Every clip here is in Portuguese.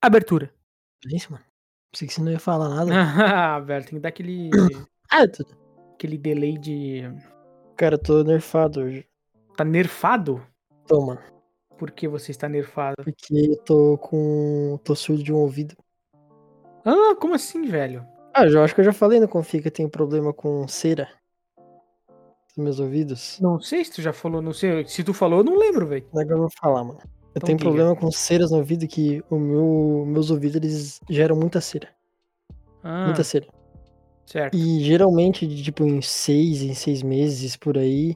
Abertura. Isso, mano. Pensei que você não ia falar nada. Ah, velho, tem que dar aquele, Ah, eu tô... aquele delay de. Cara, eu tô nerfado hoje. Tá nerfado? Tô, mano. Por que você está nerfado? Porque eu tô com. tô surdo de um ouvido. Ah, como assim, velho? Ah, eu acho que eu já falei no Confia que eu tenho problema com cera. Nos meus ouvidos. Não sei se tu já falou, não sei. Se tu falou, eu não lembro, velho. Não é que eu vou falar, mano. Eu Então tenho diga. problema com ceras no ouvido que o meu, meus ouvidos eles geram muita cera. Ah, Muita cera. certo. E geralmente, de, tipo, em seis, em seis meses por aí,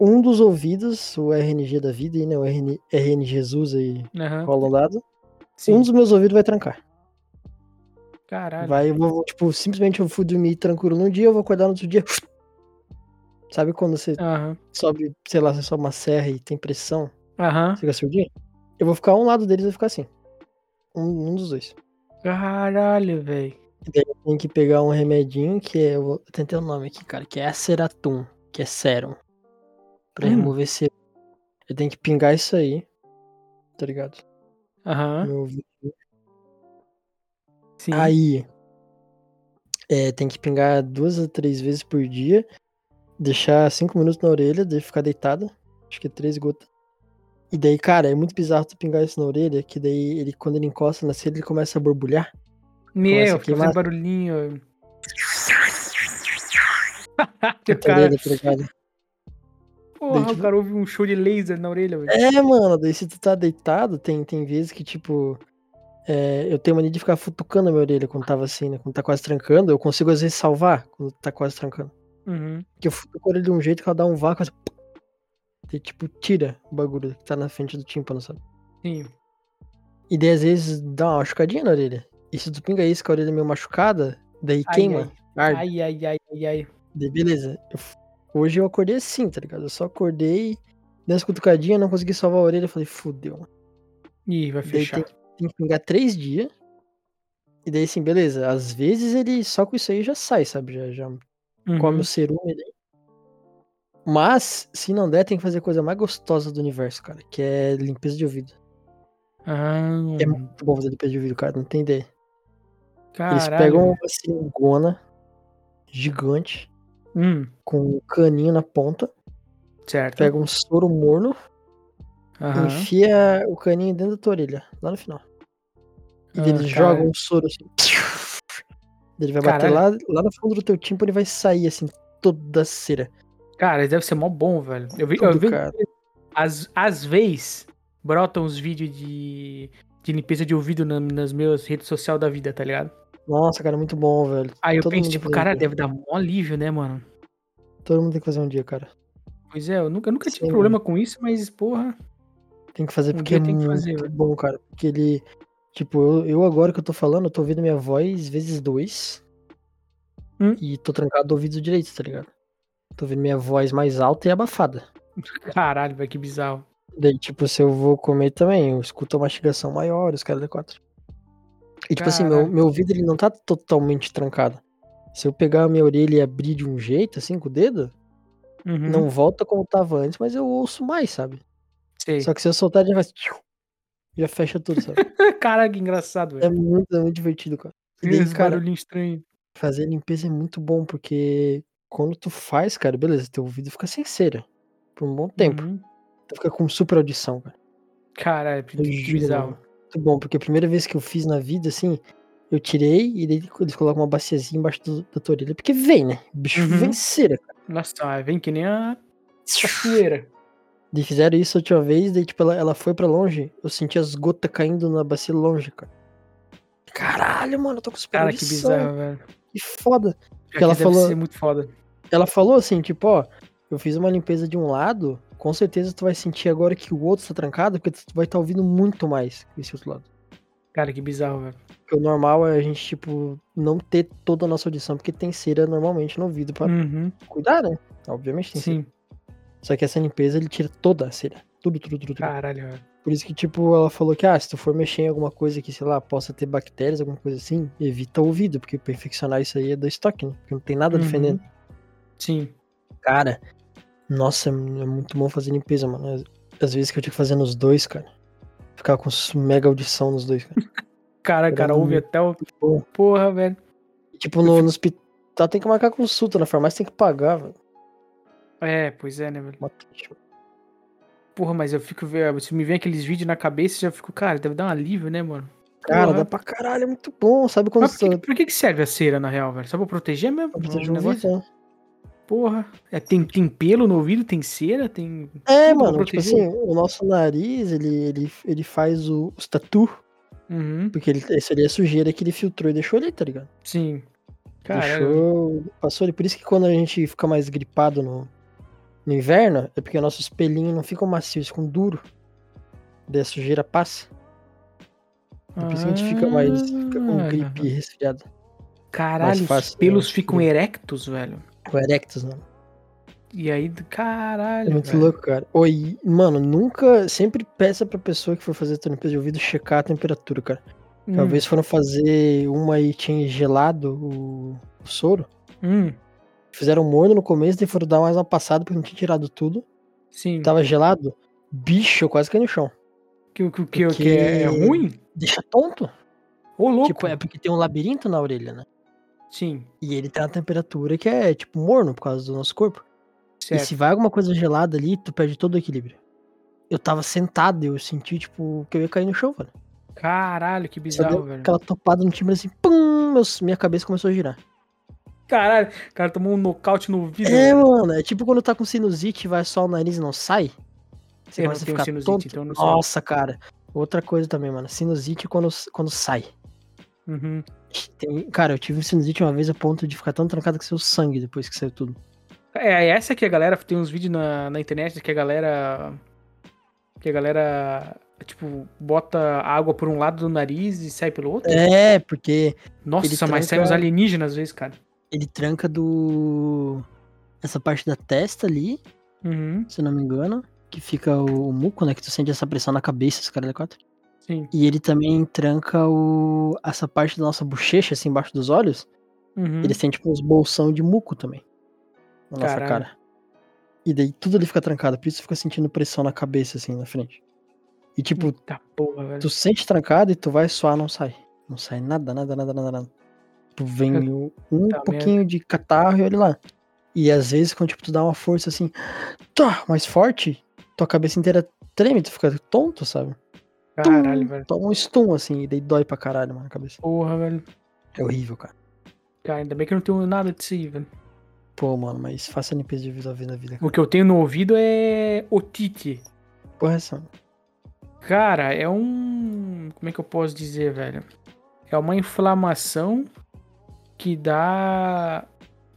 um dos ouvidos, o RNG da vida, aí, né? O RN, RN Jesus aí, Aham. rola um dado. Um Ah, Sim. dos meus ouvidos vai trancar. Caralho. Vai, eu vou, tipo, simplesmente eu fui dormir tranquilo num dia, eu vou acordar no outro dia. Sabe quando você Aham. sobe, sei lá, você sobe uma serra e tem pressão, Aham. fica surdinho? Eu vou ficar um lado deles vai ficar assim. Um, um dos dois. Caralho, velho. E daí eu tenho que pegar um remedinho que é. Eu vou- eu tentei o nome aqui, cara, que é aceratum, que é sérum. Pra Hum. remover cera. Eu tenho que pingar isso aí. Tá ligado? Aham. Meu ouvido. Sim. Aí. é, tem que pingar duas a três vezes por dia. Deixar cinco minutos na orelha, daí ficar deitada. Acho que é três gotas. E daí, cara, é muito bizarro tu pingar isso na orelha, que daí ele, quando ele encosta na cera, ele começa a borbulhar. Meu, começa a fica queimar. fazendo assim. barulhinho. o na tua cara, orelha, tá ligado? porra, tipo- o cara ouve um show de laser na orelha, velho. É, mano, daí se tu tá deitado, tem, tem vezes que, tipo, é, eu tenho mania de ficar futucando a minha orelha quando tava assim, né? Quando tá quase trancando, eu consigo às vezes salvar quando tá quase trancando. Uhum. Porque eu futuco a orelha de um jeito que ela dá um vácuo, assim, daí, tipo, tira o bagulho que tá na frente do tímpano, sabe? Sim. E daí às vezes dá uma machucadinha na orelha. E se tu pinga isso com a orelha é meio machucada, daí Ai, queima, arde. Ai, ai, ai, ai, ai. Daí, beleza. Eu f- hoje eu acordei assim, tá ligado? Eu só acordei, dei umas cutucadinhas, não consegui salvar a orelha, eu falei, fudeu. Ih, vai E Daí fechar. tem, que- tem que pingar três dias. E daí assim, beleza. Às vezes ele só com isso aí já sai, sabe? Já, já Uhum. come o cerume ali. né? Mas, se não der, tem que fazer a coisa mais gostosa do universo, cara. Que é limpeza de ouvido. Ah, É muito bom fazer limpeza de ouvido, cara. Não tem ideia. Eles caralho. pegam uma silicona gigante Hum, com um caninho na ponta. certo. Pega um soro morno. Aham. Enfia o caninho dentro da tua orelha. Lá no final. E daí Ah, eles caralho. jogam um soro assim. Daí Ele vai bater lá, lá no fundo do teu tímpano e vai sair assim, toda cera. Cara, deve ser mó bom, velho. Eu vi, eu Tudo, vi cara. às, às vezes, brotam uns vídeos de, de limpeza de ouvido na, nas minhas redes sociais da vida, tá ligado? Nossa, cara, muito bom, velho. Aí eu Todo penso, mundo tipo, fazendo cara, isso. deve dar mó alívio, né, mano? um Todo mundo tem que fazer um dia, cara. Pois é, eu nunca, eu nunca tive Sim. problema com isso, mas, porra. Tem que fazer Um porque dia tem que é fazer, muito velho. bom, cara. Porque ele. Tipo, eu, eu agora que eu tô falando, eu tô ouvindo minha voz vezes dois. Hum. E tô trancado do ouvido direito, tá ligado? Tô ouvindo minha voz mais alta e abafada. Caralho, velho, que bizarro. Daí, tipo, se eu vou comer também, eu escuto a mastigação maior, os caras da quatro. E, tipo assim, meu, Caralho. meu ouvido ele não tá totalmente trancado. Se eu pegar a minha orelha e abrir de um jeito, assim, com o dedo, Uhum, não volta como tava antes, mas eu ouço mais, sabe? sei. Só que se eu soltar, ele já faz. tchiu, Já fecha tudo, sabe? Caralho, que engraçado, É velho. muito, é muito divertido, cara. E daí, Esse cara, barulhinho estranho. fazer limpeza é muito bom, porque quando tu faz, cara, beleza, teu ouvido fica sem cera. Por um bom tempo. Uhum. Tu fica com super audição, cara. Caralho, que Eu juro, bizarro. mano. Muito bom, porque a primeira vez que eu fiz na vida, assim, eu tirei e daí eles colocam uma baciazinha embaixo do- da tua orelha, porque vem, né? O bicho Uhum. vem cera, cara. Nossa, ah, vem que nem a cachoeira. Daí fizeram isso a última vez, daí, tipo, ela, ela foi pra longe, eu senti as gotas caindo na bacia longe, cara. Caralho, mano, eu tô com super Cara, que audição, bizarro, velho. Que foda. Pior que ela deve falou- ser muito foda. Ela falou assim, tipo, ó, eu fiz uma limpeza de um lado, com certeza tu vai sentir agora que o outro tá trancado, porque tu vai estar ouvindo muito mais que esse outro lado. Cara, que bizarro, velho. Porque o normal é a gente, tipo, não ter toda a nossa audição, porque tem cera normalmente no ouvido pra Uhum, cuidar, né? Obviamente tem cera. sim. Só que essa limpeza ele tira toda a cera. Tudo, tudo, tudo, tudo. Caralho, velho. Por isso que, tipo, ela falou que, ah, se tu for mexer em alguma coisa que, sei lá, possa ter bactérias, alguma coisa assim, evita o ouvido, porque pra infeccionar isso aí é do estoque, né? Porque não tem nada Uhum. defendendo. Sim. Cara, nossa, é muito bom fazer limpeza, mano. Às- Às vezes que eu tinha que fazer nos dois, cara. Ficava com s- mega audição nos dois, cara. Cara, cara, Caramba. ouve até o. Bom. Porra, velho. Tipo, no, no hospital tem que marcar consulta, na farmácia tem que pagar, velho. É, pois é, né, velho? Mó triste, mano. Porra, mas eu fico vendo. Se me vem aqueles vídeos na cabeça, eu já fico, cara, deve dar um alívio, né, mano? Cara, Porra. dá pra caralho, é muito bom. Sabe quando Mas você por que, tá por que que serve a cera, na real, velho? Só pra proteger mesmo? pra proteger Um o negócio- ouvido, né? Porra. É, tem, tem pelo no ouvido, tem cera, tem. É, Tudo pra mano, tipo proteger. assim, o nosso nariz, ele, ele, ele faz o, os tatu, Uhum. porque ele, esse ali é sujeira que ele filtrou e deixou ali, tá ligado? Sim. Caralho. Deixou, passou ali. Por isso que quando a gente fica mais gripado no, no inverno, é porque nossos pelinhos não ficam macios, ficam duros. Daí a sujeira passa. É por isso que a gente fica mais, fica com Ah. gripe resfriado. Caralho, mais fácil, os pelos né? ficam erectos, velho. Com erectus, né? E aí, caralho. É muito velho. louco, cara. Oi, mano, nunca, sempre peça pra pessoa que for fazer tua limpeza de ouvido checar a temperatura, cara. Hum, Talvez foram fazer uma e tinha gelado o, o soro. hum, Fizeram um morno no começo, daí foram dar mais uma passada porque não tinha tirado tudo. sim. Tava gelado. Bicho, eu quase caí no chão. Que, que, que, Porque- que é ruim? Deixa tonto. Ô, louco. Tipo, é porque tem um labirinto na orelha, né? Sim, E ele tem uma temperatura que é, tipo, morno por causa do nosso corpo. certo. E se vai alguma coisa gelada ali, tu perde todo o equilíbrio. Eu tava sentado, eu senti, tipo, que eu ia cair no chão, velho. Caralho, que Só bizarro, deu velho. aquela topada no timbre assim, pum, meus- minha cabeça começou a girar. Caralho, o cara tomou um nocaute no ouvido. É, velho. mano, é tipo quando tá com sinusite e vai só o nariz e não sai. Você Eu não começa a tenho ficar sinusite, tonto. então eu não sei. Nossa, cara. Outra coisa também, mano, sinusite quando, quando sai. Uhum. Tem- cara, eu tive sinusite uma vez a ponto de ficar tão trancado que saiu sangue depois que saiu tudo. É, essa que a galera. Tem uns vídeos na, na internet que a galera. Que a galera. Tipo, bota água por um lado do nariz e sai pelo outro. É, porque Nossa, Ele mas saem tranca- uns alienígenas às vezes, cara. ele tranca do. Essa parte da testa ali, Uhum. se eu não me engano. Que fica o, o muco, né? Que tu sente essa pressão na cabeça, esse cara é quatro. Sim. E ele também tranca o, essa parte da nossa bochecha, assim, embaixo dos olhos. Uhum. Eles têm, tipo, uns bolsão de muco também. Na nossa Caralho. cara. E daí tudo ali fica trancado. Por isso tu fica sentindo pressão na cabeça, assim, na frente. E, tipo, Puta porra, velho. tu sente trancado e tu vai suar, não sai. Não sai nada, nada, nada, nada, nada. Tu vem um merda. pouquinho de catarro e olha lá. E às vezes, quando tipo, tu dá uma força assim, tá, mais forte, tua cabeça inteira treme, tu fica tonto, sabe? Caralho, velho. Toma um stun assim, e daí dói pra caralho, mano, a cabeça. Porra, velho. É horrível, cara. Cara, ainda bem que eu não tenho nada disso aí, velho. Pô, mano, mas faça limpeza de ouvido uma vez na vida. O que eu tenho no ouvido é otite. cara. Porra, é essa. Cara, é um. Como é que eu posso dizer, velho? É uma inflamação que dá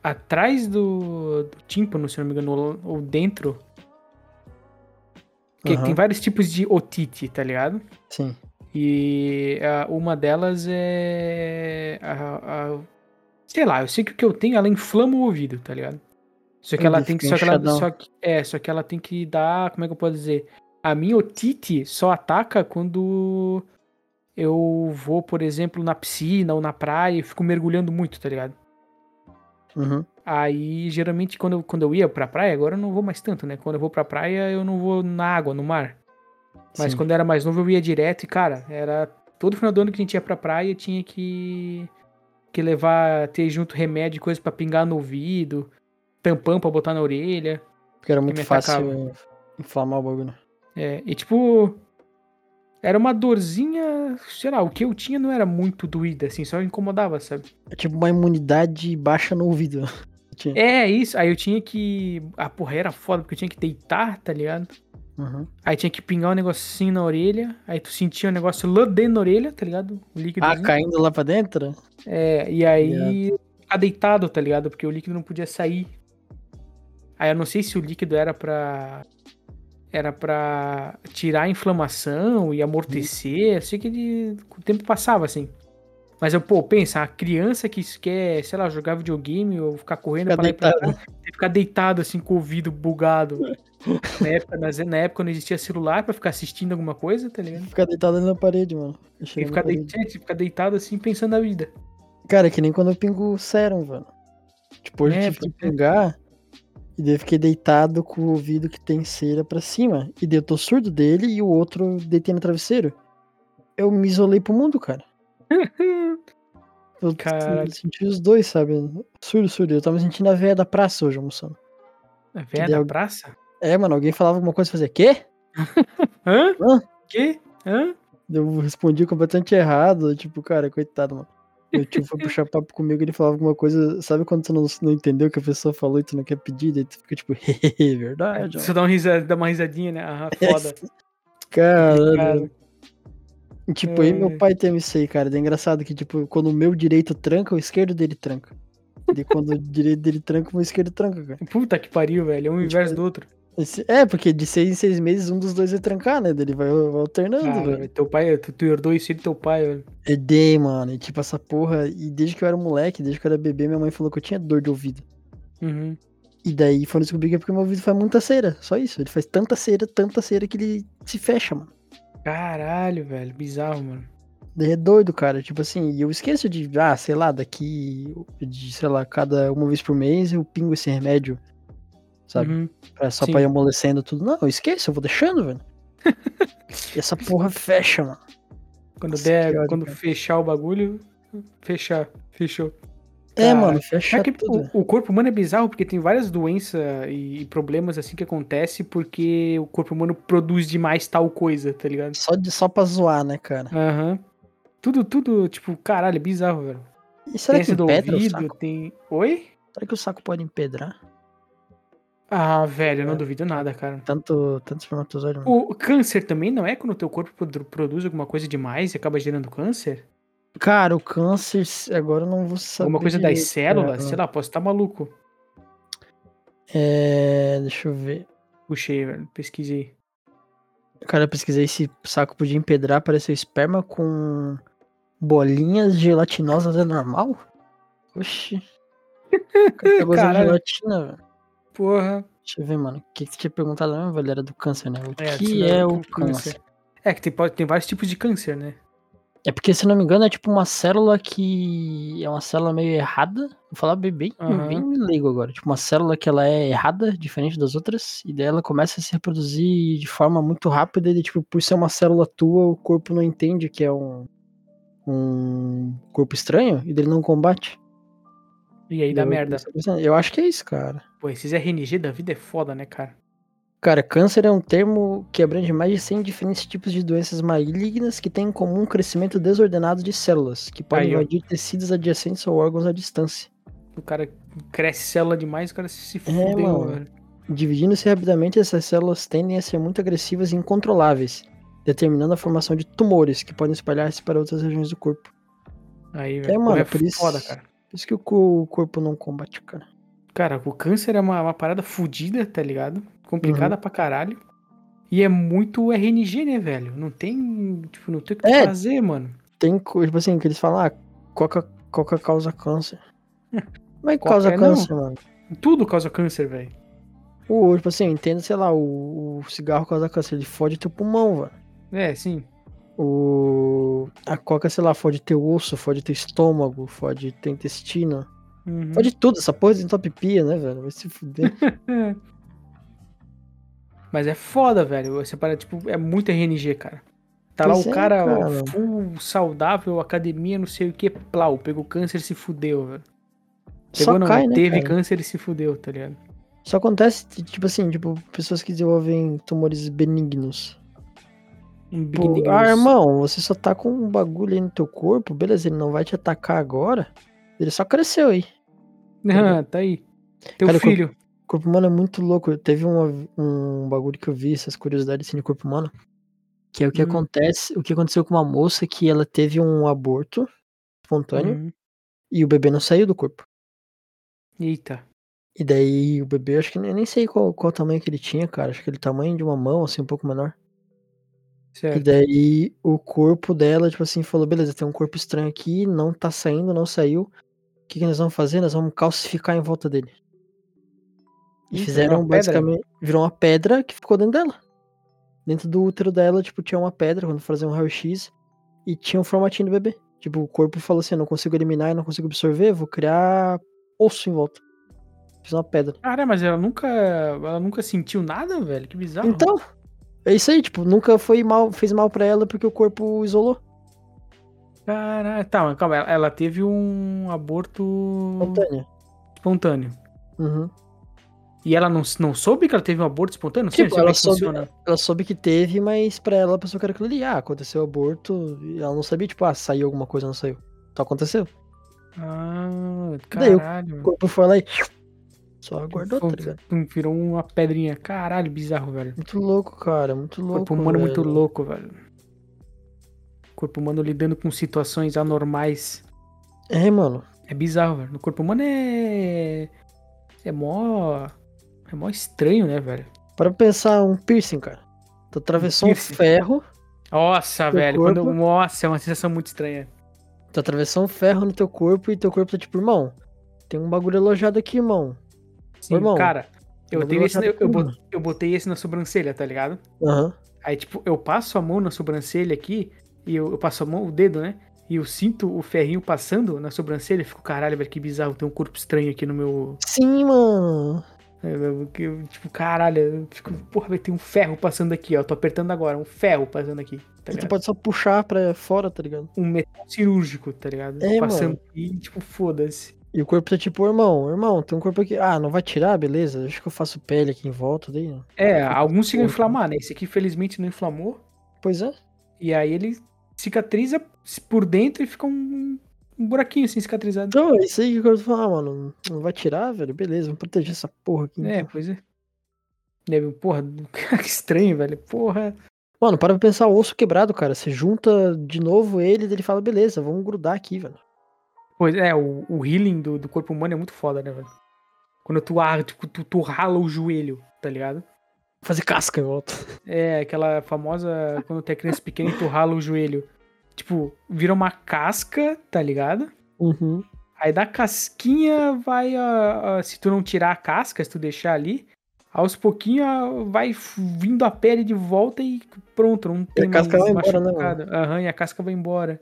atrás do, do tímpano, se não me engano, ou- ou dentro. Porque Aham, tem vários tipos de otite, tá ligado? Sim. E ah, uma delas é. a- a- sei lá, eu sei que o que eu tenho, ela inflama o ouvido, tá ligado? Só que ela Entendi, tem que. fica Só que ela, inchadão. só que- é, só que ela tem que dar. Como é que eu posso dizer? A minha otite só ataca quando eu vou, por exemplo, na piscina ou na praia e fico mergulhando muito, tá ligado? Uhum. Aí, geralmente, quando eu, quando eu ia pra praia, agora eu não vou mais tanto, né? Quando eu vou pra praia, eu não vou na água, no mar. Mas sim. quando eu era mais novo, eu ia direto e, cara, era todo final do ano que a gente ia pra praia, tinha que, que levar, ter junto remédio, e coisa pra pingar no ouvido, tampão pra botar na orelha. Porque era muito me fácil inflamar o bagulho. É, e tipo, era uma dorzinha, sei lá, o que eu tinha não era muito doída, assim, só incomodava, sabe? É tipo uma imunidade baixa no ouvido. Tinha. É, isso. Aí eu tinha que. Ah, porra, era foda, porque eu tinha que deitar, tá ligado? Uhum. Aí tinha que pingar um negocinho na orelha, aí tu sentia um negócio lá dentro da orelha, tá ligado? O líquido. Ah, caindo lá pra dentro? É, e aí ficar deitado, tá ligado? Porque o líquido não podia sair. Aí eu não sei se o líquido era pra. Era pra tirar a inflamação e amortecer. Eu sei que ele, o tempo passava assim. Mas eu, pô, pensa, a criança que quer, sei lá, jogar videogame ou ficar correndo Ficar pra lá e pra cá, tem que ficar deitado assim com o ouvido bugado. na, época, nas- na época não existia celular pra ficar assistindo alguma coisa, tá ligado? Ficar deitado na parede, mano. Eu Tem cheguei que na ficar parede. deitado, tinha que ficar deitado assim pensando na vida. Cara, é que nem quando eu pingo o sérum, mano. Tipo, hoje É, eu tive que pode ser. pingar e daí eu fiquei deitado com o ouvido que tem cera pra cima. E daí eu tô surdo dele e o outro eu deitei no travesseiro. Eu me isolei pro mundo, cara. Eu Caralho. senti os dois, sabe? Surdo, surdo. Eu tava me sentindo a véia da praça hoje almoçando. A véia Deu- da praça? É, mano, alguém falava alguma coisa e fazia, quê? Hã? Hã? Que? Hã? Eu respondi completamente errado. Tipo, cara, coitado, mano. Meu tio foi puxar papo comigo ele falava alguma coisa. Sabe quando tu não, não entendeu o que a pessoa falou e tu não quer pedir? Daí tu fica tipo, hehehe, verdade. ó." Você dá, um risa- dá uma risadinha, né? Ah, É, foda. Caralho. Cara. é. E, Tipo, aí meu Ai. pai tem isso aí, cara. É engraçado que, tipo, quando o meu direito tranca, o esquerdo dele tranca. E quando o direito dele tranca, o meu esquerdo tranca, cara. Puta que pariu, velho. É um Tipo, inverso do outro. Esse- é, porque de seis em seis meses um dos dois vai trancar, né? Daí Ele vai, vai alternando, Cara, velho. teu pai, tu, tu herdou isso aí do teu pai, velho. Herdei, mano. E tipo, essa porra. E desde que eu era moleque, desde que eu era bebê, minha mãe falou que eu tinha dor de ouvido. Uhum. E daí foram descobrir que é porque meu ouvido faz muita cera. Só isso. Ele faz tanta cera, tanta cera que ele se fecha, mano. Caralho, velho. Bizarro, mano. Daí É doido, cara. Tipo assim, e eu esqueço de, ah, sei lá, daqui, de, sei lá, cada uma vez por mês eu pingo esse remédio, sabe? Uhum. Pra, só sim. pra ir amolecendo tudo. Não, eu esqueço, eu vou deixando, velho. e essa porra fecha, mano. Quando Nossa, der, que ódio, quando cara. fechar o bagulho, fechar. Fechou. É, Cara, mano, fecha É que tudo. o, o corpo humano é bizarro porque tem várias doenças e, e problemas assim que acontece porque o corpo humano produz demais tal coisa, tá ligado? Só, de, só pra zoar, né, cara? Aham. Tudo, tudo, tipo, caralho, é bizarro, velho. E será tem que esse do empedra o ouvido, saco? tem. Oi? Será que o saco pode empedrar? Ah, velho, eu não É. duvido nada, cara. Tanto, tanto espermatozoide, mano. O câncer também não é quando o teu corpo produ- produz alguma coisa demais e acaba gerando câncer? Cara, o câncer, agora eu não vou saber. alguma coisa das direito, é, células? cara. Sei lá, posso estar maluco. É, deixa eu ver. Puxei, velho, pesquisei. Cara, eu pesquisei se saco podia empedrar, apareceu esperma com bolinhas gelatinosas é normal? Oxi. O Cara, tá gozando de Caralho. gelatina, velho. Porra. Deixa eu ver, mano. O que, que você tinha perguntado mesmo, velho? Era do câncer, né? O É, que senão é eu o tenho câncer? É que tem, pode- tem vários tipos de câncer, né? É porque, se não me engano, é tipo uma célula que. É uma célula meio errada. Vou falar bem, bem, Aham. bem leigo agora. Tipo, uma célula que ela é errada, diferente das outras, e daí ela começa a se reproduzir de forma muito rápida, e daí, tipo, por ser uma célula tua, o corpo não entende que é um. um corpo estranho, e daí ele não combate. E aí dá Eu- merda. Eu acho que é isso, cara. Pô, esses RNG da vida é foda, né, cara? Cara, câncer é um termo que abrange mais de 100 diferentes tipos de doenças malignas que têm em comum um crescimento desordenado de células, que podem Aí, ó. invadir tecidos adjacentes ou órgãos à distância, O cara cresce célula demais, o cara se É, mano. fudeu, velho. dividindo-se rapidamente, essas células tendem a ser muito agressivas e incontroláveis, determinando a formação de tumores que podem espalhar-se para outras regiões do corpo. Aí, É, velho. mano, porra, é por isso- foda, cara. Por isso que o co- o corpo não combate, cara. Cara, o câncer é uma, uma parada fodida, tá ligado? Complicada Uhum. pra caralho. E é muito RNG, né, velho? Não tem. Tipo, não tem o que tu É. fazer, mano. Tem, co- tipo assim, que eles falam, ah, coca, coca causa câncer. Mas Coca causa é não. câncer, mano. Tudo causa câncer, velho. O, tipo assim, eu entendo, sei lá, o, o cigarro causa câncer, ele fode teu pulmão, velho. É, sim. O... A coca, sei lá, fode teu osso, fode teu estômago, fode teu intestino. Uhum. Fode tudo, essa porra de entopia, né, velho? Vai se fuder. É. Mas é foda, velho. Você para, tipo, é muito RNG, cara. Tá Pois lá é, o cara, cara. full saudável, academia, não sei o que, plau, pegou câncer e se fudeu, velho. Pegou, Só não, cai, né, teve cara? câncer e se fudeu, tá ligado? Só acontece, t- tipo assim, tipo, pessoas que desenvolvem tumores benignos. Um Big Pô, News. ah, irmão, você só tá com um bagulho aí no teu corpo, beleza, ele não vai te atacar agora. Ele só cresceu aí. Ah, tá aí. Teu Cara, eu filho. O corpo humano é muito louco. Teve uma- um bagulho que eu vi, essas curiosidades assim, de corpo humano. Que é o que Hum. acontece, o que aconteceu com uma moça que ela teve um aborto espontâneo. Uhum. E o bebê não saiu do corpo. Eita. E daí o bebê, acho que nem, nem sei qual, qual tamanho que ele tinha, cara. Acho que ele tamanho de uma mão, assim, um pouco menor. E Certo. daí o corpo dela, tipo assim, falou: beleza, tem um corpo estranho aqui, não tá saindo, não saiu. O que, que nós vamos fazer? Nós vamos calcificar em volta dele. E Ih, fizeram virou uma pedra? basicamente. Virou uma pedra que ficou dentro dela. Dentro do útero dela, tipo, tinha uma pedra quando fazer um raio-x. E tinha um formatinho do bebê. Tipo, o corpo falou assim: eu não consigo eliminar, eu não consigo absorver, vou criar osso em volta. Fiz uma pedra. Cara, mas ela nunca. Ela nunca sentiu nada, velho. Que bizarro. Então, é isso aí, tipo, nunca foi mal, fez mal pra ela porque o corpo isolou. Caralho, tá, mas calma, ela, ela teve um aborto Espontânea. espontâneo. Uhum. E ela não, não soube que ela teve um aborto espontâneo? Não sei Tipo, sei como ela é que soube- funciona. Ela soube que teve, mas pra ela, a pessoa que era aquilo ali, ah, aconteceu aborto, e ela não sabia, tipo, ah, saiu alguma coisa, não saiu. Só aconteceu. Ah, Daí eu- caralho. O meu. corpo foi lá e só aguardou, tá Foi- ligado? Virou uma pedrinha. Caralho, bizarro, velho. Muito louco, cara, muito louco. Corpo humano velho. muito louco, velho. Corpo humano lidando com situações anormais. É, mano. É bizarro, velho. No corpo humano é. É mó. É mó estranho, né, velho? Para pensar um piercing, cara. Tu atravessou um, piercing. ferro, Nossa, Teu velho. corpo- Quando... Nossa, é uma sensação muito estranha. tu atravessou um ferro no teu corpo e teu corpo tá tipo, irmão, tem um bagulho alojado aqui, irmão. Sim, irmão, cara, eu, vou tenho esse, colocar eu, eu tudo. bot- eu botei esse na sobrancelha, tá ligado? Aham. Aí, tipo, eu passo a mão na sobrancelha aqui, e eu, eu passo a mão, o dedo, né? E eu sinto o ferrinho passando na sobrancelha, eu fico, caralho, velho, que bizarro, tem um corpo estranho aqui no meu. Sim, mano. Tá eu- eu- eu- tipo, caralho, eu fico, porra, velho, tem um ferro passando aqui, ó. Tô apertando agora, um ferro passando aqui, tá E tu ligado? pode só puxar pra fora, tá ligado? Um metal cirúrgico, tá ligado? É, passando mano. aqui, tipo, foda-se. E o corpo tá tipo, irmão, irmão, tem um corpo aqui. Ah, não vai tirar? Beleza, deixa que eu faço pele aqui em volta daí. ó. É, alguns chegam a Porra. inflamar, né? Esse aqui, felizmente, não inflamou. Pois é. E aí ele cicatriza por dentro e fica um, um buraquinho assim cicatrizado. Então, é isso aí que o corpo fala, ah, mano, não vai tirar, velho? Beleza, vamos proteger essa porra aqui. É, então. pois é. E aí, porra, que estranho, velho. Porra. Mano, para pra pensar o osso quebrado, cara. Você junta de novo ele e ele fala, beleza, vamos grudar aqui, velho. Pois é, o, o healing do, do corpo humano é muito foda, né, velho? Quando tu, ar- tu, tu, tu rala o joelho, tá ligado? Fazer casca em volta. É, aquela famosa. Quando tu é criança pequena e tu rala o joelho. Tipo, vira uma casca, tá ligado? Uhum. Aí da casquinha vai. a- a- se tu não tirar a casca, se tu deixar ali, aos pouquinhos a- vai f- vindo a pele de volta e pronto, não tem casca mais vai embora, né, machucado. Aham, e a casca vai embora.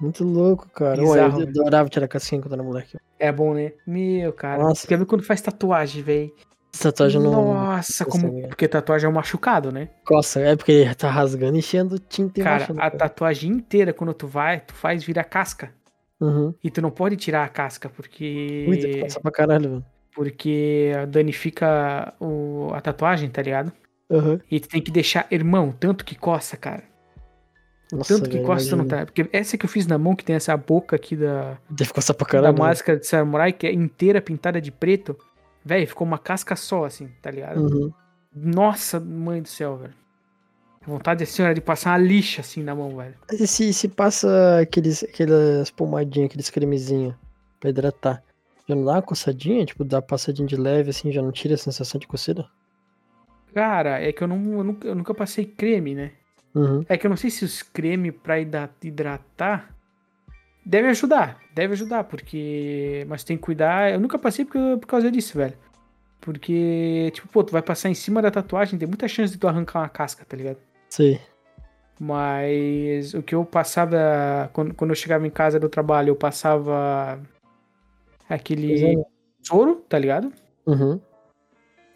Muito louco, cara. Ué, Bizarro, né? eu velho. adorava tirar casquinha quando era moleque. É bom, né? Meu, cara. Nossa. Quer ver quando faz tatuagem, velho? Essa tatuagem não Nossa, não como. sei, velho. Porque tatuagem é um machucado, né? coça. É porque ele tá rasgando, enchendo tinta e cara, machucando, a tatuagem inteira, quando tu vai, tu faz virar casca. Uhum. E tu não pode tirar a casca, porque. Cuida, coça pra caralho, velho. Porque danifica o- a tatuagem, tá ligado? Uhum. E tu tem que deixar, irmão, tanto que coça, cara. Nossa, tanto que velho, coça tu não tá. imagina. Porque essa que eu fiz na mão, que tem essa boca aqui da, Deve coçar pra da caralho. né? velho. máscara de samurai, que é inteira pintada de preto, velho, ficou uma casca só, assim, tá ligado? Uhum. Nossa, mãe do céu, velho. A vontade assim, era de passar uma lixa assim na mão, velho. Mas e se, se passa aqueles, aquelas pomadinhas, aqueles cremezinhos pra hidratar? Já não dá uma coçadinha? Tipo, dá uma passadinha de leve, assim, já não tira a sensação de coceira? Cara, é que eu, não, eu, nunca, eu nunca passei creme, né? Uhum. É que eu não sei se os creme pra hidra- hidratar deve ajudar, deve ajudar, porque mas tem que cuidar. Eu nunca passei por, por causa disso, velho. Porque, tipo, pô, tu vai passar em cima da tatuagem, tem muita chance de tu arrancar uma casca, tá ligado? Sei. Mas o que eu passava quando, quando eu chegava em casa do trabalho, eu passava Pois é, aquele né? soro, tá ligado? Uhum.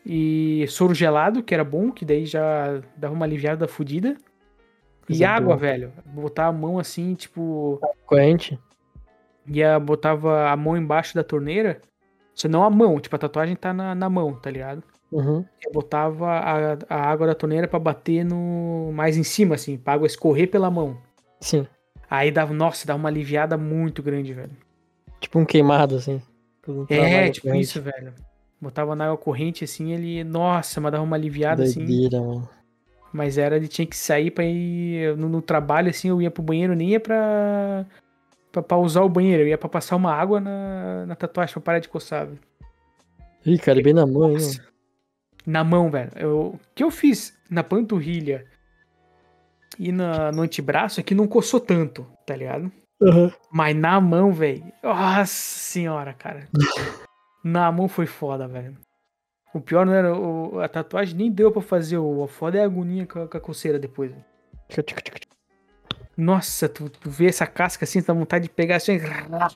E soro gelado, que era bom, que daí já dava uma aliviada fodida. E Coisa água, boa. velho. Botar a mão assim, tipo. Corrente? Ia, botava a mão embaixo da torneira. Só não a mão, tipo, a tatuagem tá na, na mão, tá ligado? Uhum. Eu botava a, a água da torneira pra bater no. mais em cima, assim, pra água escorrer pela mão. Sim. Aí dava, nossa, dava uma aliviada muito grande, velho. Tipo um queimado, assim. Quando entra na É, água tipo corrente. isso, velho. Botava na água corrente, assim, ele, nossa, mas dava uma aliviada, assim. Doideira, mano. Mas era de tinha que sair pra ir no, no trabalho, assim, eu ia pro banheiro, nem ia pra, pra, pra usar o banheiro, eu ia pra passar uma água na, na tatuagem pra parar de coçar, velho. Ih, cara, e bem na mão, hein, mano. Nossa. Na mão, velho. Eu- O que eu fiz na panturrilha e na, no antebraço é que não coçou tanto, tá ligado? Uhum. Mas na mão, velho. Nossa senhora, cara. na mão foi foda, velho. O pior não era o- a tatuagem, nem deu pra fazer. O a foda é a agonia com a, com a coceira depois. velho. Tchic, tchic, tchic, tchic. Nossa, tu, tu vê essa casca assim, tá vontade de pegar assim. Tá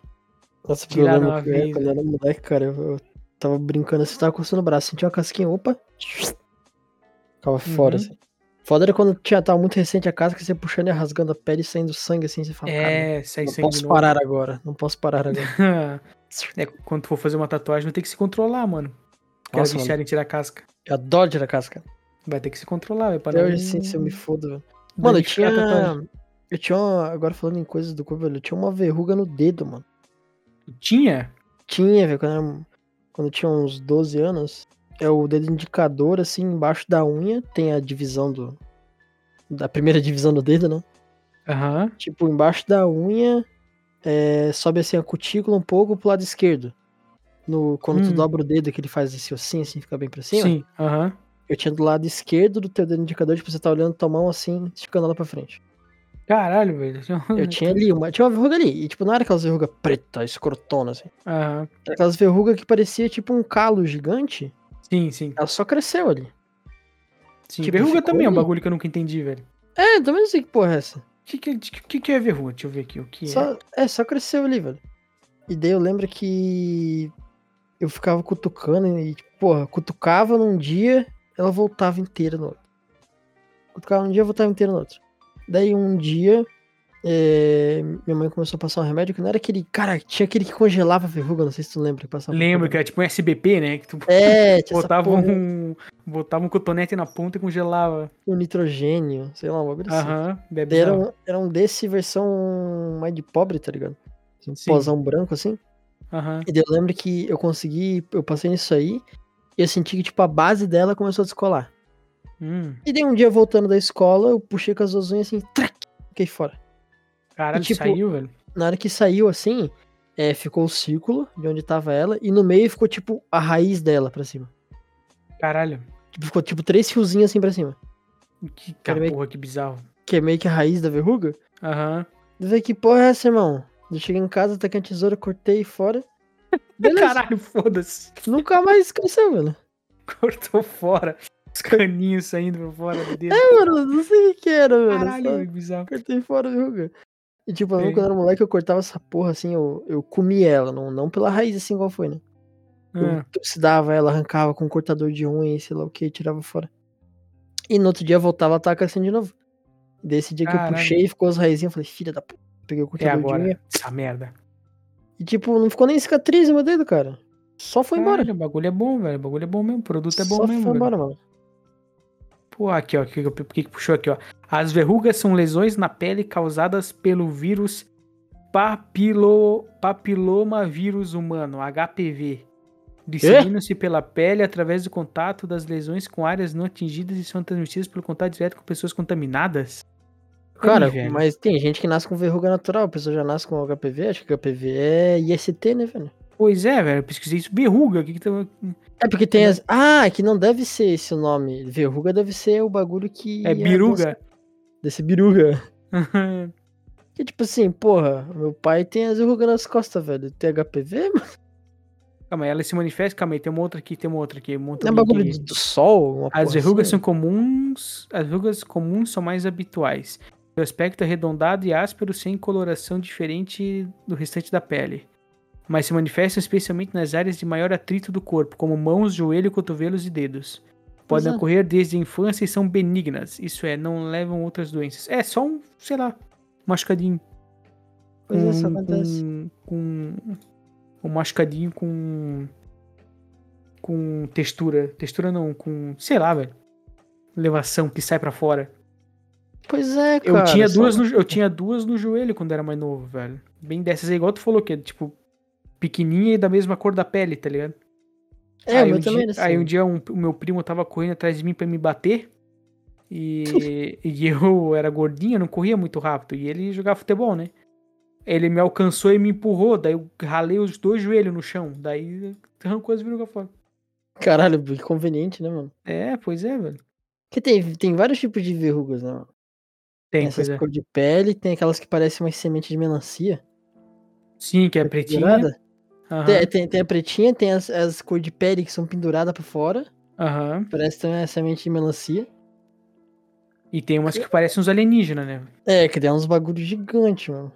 Nossa, Tirar problema uma que vez, é, quando eu era moleque, cara, eu, eu assim, tava brincando assim, tava coçando o braço, sentia uma casquinha, opa. Ficava Uhum. fora, assim. Foda era quando tinha, tava muito recente a casa, que você puxando e rasgando a pele e saindo sangue assim, você fala, cara, É, sai não sangue posso de novo. parar agora, não posso parar agora. É, quando tu for fazer uma tatuagem, vai ter que se controlar, mano. Os caras Nossa, mano. viciaram em tirar casca. Eu adoro tirar casca. Vai ter que se controlar, é vai Até parar. hoje, sim, se eu me fodo, velho. Mano, eu tinha. Eu tinha. uma- Agora falando em coisas do corpo, velho, eu tinha uma verruga no dedo, mano. Tinha? Tinha, velho, quando, eu era- um, quando eu tinha uns 12 anos. É o dedo indicador, assim, embaixo da unha. Tem a divisão do. Da primeira divisão do dedo, né? Aham. Tipo, embaixo da unha. é, sobe assim a cutícula um pouco pro lado esquerdo. No, quando tu Hum. dobra o dedo, que ele faz esse ossinho, assim, fica bem pra cima. Sim, aham. Eu tinha do lado esquerdo do teu dedo indicador, tipo, você tá olhando tua mão assim, esticando ela pra frente. Caralho, velho. Eu tinha ali, uma, tinha uma verruga ali. E, tipo, não era aquelas verrugas preta, escrotona, assim. Aham. Era aquelas verrugas que parecia, tipo, um calo gigante. Sim, sim. Ela só cresceu ali. sim. Tipo, verruga ficou também é um ali. bagulho que eu nunca entendi, velho. É, eu também não sei que porra é essa. O que, que, que- que é verruga? Deixa eu ver aqui. O que é? Só, é, só cresceu ali, velho. E daí eu lembro que eu ficava cutucando e, tipo, porra, cutucava num dia, ela voltava inteira no outro. Cutucava num dia, voltava inteira no outro. Daí um dia, é, minha mãe começou a passar um remédio que não era aquele. Cara, tinha aquele que congelava a verruga, não sei se tu lembra que passava. Lembro que era tipo um SBP, né? Que tu É, tinha essa botava porra, um, botava um cotonete na ponta e congelava. um nitrogênio, sei lá, um bagulho assim. Aham. Daí Bebe. Era um, era um desse versão mais de pobre, tá ligado? Um Sim. pozão branco, assim. Aham. E daí eu lembro que eu consegui, eu passei nisso aí, e eu senti que, tipo, a base dela começou a descolar. Hum. E daí um dia, voltando da escola, eu puxei com as duas unhas assim, trac, fiquei fora. Caralho, E, tipo, saiu, velho. Na hora que saiu, assim, é, ficou o círculo de onde tava ela, e no meio ficou, tipo, a raiz dela pra cima. Caralho. Tipo, ficou, tipo, três fiozinhos assim pra cima. Que cara, Cara, meio- porra, que bizarro. Que é meio que a raiz da verruga. Aham. Daí eu falei, que porra é essa, irmão? Eu cheguei em casa, taquei a tesoura, cortei fora. Beleza. Caralho, foda-se. Nunca mais cresceu, velho. Cortou fora. Os caninhos saindo pra fora do dedo. É, mano, eu não sei o que que era, velho. Caralho, Só que bizarro. cortei fora a verruga. E tipo, eu lembro Sim. quando eu era moleque, eu cortava essa porra assim, eu, eu comia ela, não, não pela raiz assim igual foi, né? Eu Ah, trucidava ela, arrancava com um cortador de unha, e sei lá o que, tirava fora. E no outro dia eu voltava, ela tava crescendo de novo. Desse dia que Caralho. eu puxei, ficou as raizinhas, eu falei, filha da puta. Peguei o até cortador de unha. agora. Essa merda. E tipo, não ficou nem cicatriz no meu dedo, cara. Só foi embora. Caralho, o bagulho é bom, velho. O bagulho é bom mesmo. O produto é bom Só mesmo. foi velho. embora, mano. Pô, aqui, ó. O que, que- que que puxou aqui, ó? As verrugas são lesões na pele causadas pelo vírus papilo, papilomavírus humano, HPV. Disseminam-se pela pele através do contato das lesões com áreas não atingidas e são transmitidas pelo contato direto com pessoas contaminadas. Cara, velho. mas tem gente que nasce com verruga natural, a pessoa já nasce com HPV, acho que HPV é IST, né, velho? Pois é, velho. Eu pesquisei isso. Verruga. O que que tá... É porque Né? tem as. Ah, que não deve ser esse o nome. Verruga deve ser o bagulho que. É biruga? Desse biruga. Que tipo assim, porra, meu pai tem as verrugas nas costas, velho. Tem HPV, mano. Calma aí, ela se manifesta. Calma aí, tem uma outra aqui, tem uma outra aqui. Uma outra Não é link bagulho aqui. do, do sol? Uma As porra verrugas assim? são comuns. As verrugas comuns são mais habituais. O aspecto é arredondado e áspero sem coloração diferente do restante da pele. Mas se manifestam especialmente nas áreas de maior atrito do corpo, como mãos, joelho, cotovelos e dedos. Podem Pois é. ocorrer desde a infância e são benignas. Isso é, não levam outras doenças. É só um, sei lá, machucadinho. Pois é, isso com- acontece. Com, com um machucadinho com. Com textura. Textura não, com. Sei lá, velho. Elevação que sai pra fora. Pois é, Eu cara. tinha só- duas no, eu tinha duas no joelho quando era mais novo, velho. Bem dessas aí, igual tu falou, que é tipo. Pequenininha e da mesma cor da pele, tá ligado? É, aí o um meu também dia, era assim. aí um dia um- o meu primo tava correndo atrás de mim pra me bater. E, e eu era gordinho, não corria muito rápido. E ele jogava futebol, né? Ele me alcançou e me empurrou. Daí eu ralei os dois joelhos no chão. Daí arrancou as virugas fora. Caralho, que conveniente, né, mano? É, pois é, velho. Porque tem, tem vários tipos de verrugas, né, mano? Tem, Tem essas pois é. cor de pele, tem aquelas que parecem umas sementes de melancia. Sim, que é que pretinha. pendurada. Aham. Tem, tem, tem a pretinha, tem as, as cor de pele que são penduradas pra fora. Aham. Parece também a semente de melancia. E tem umas que parecem uns alienígenas, né? É, que dá uns bagulho gigante, mano.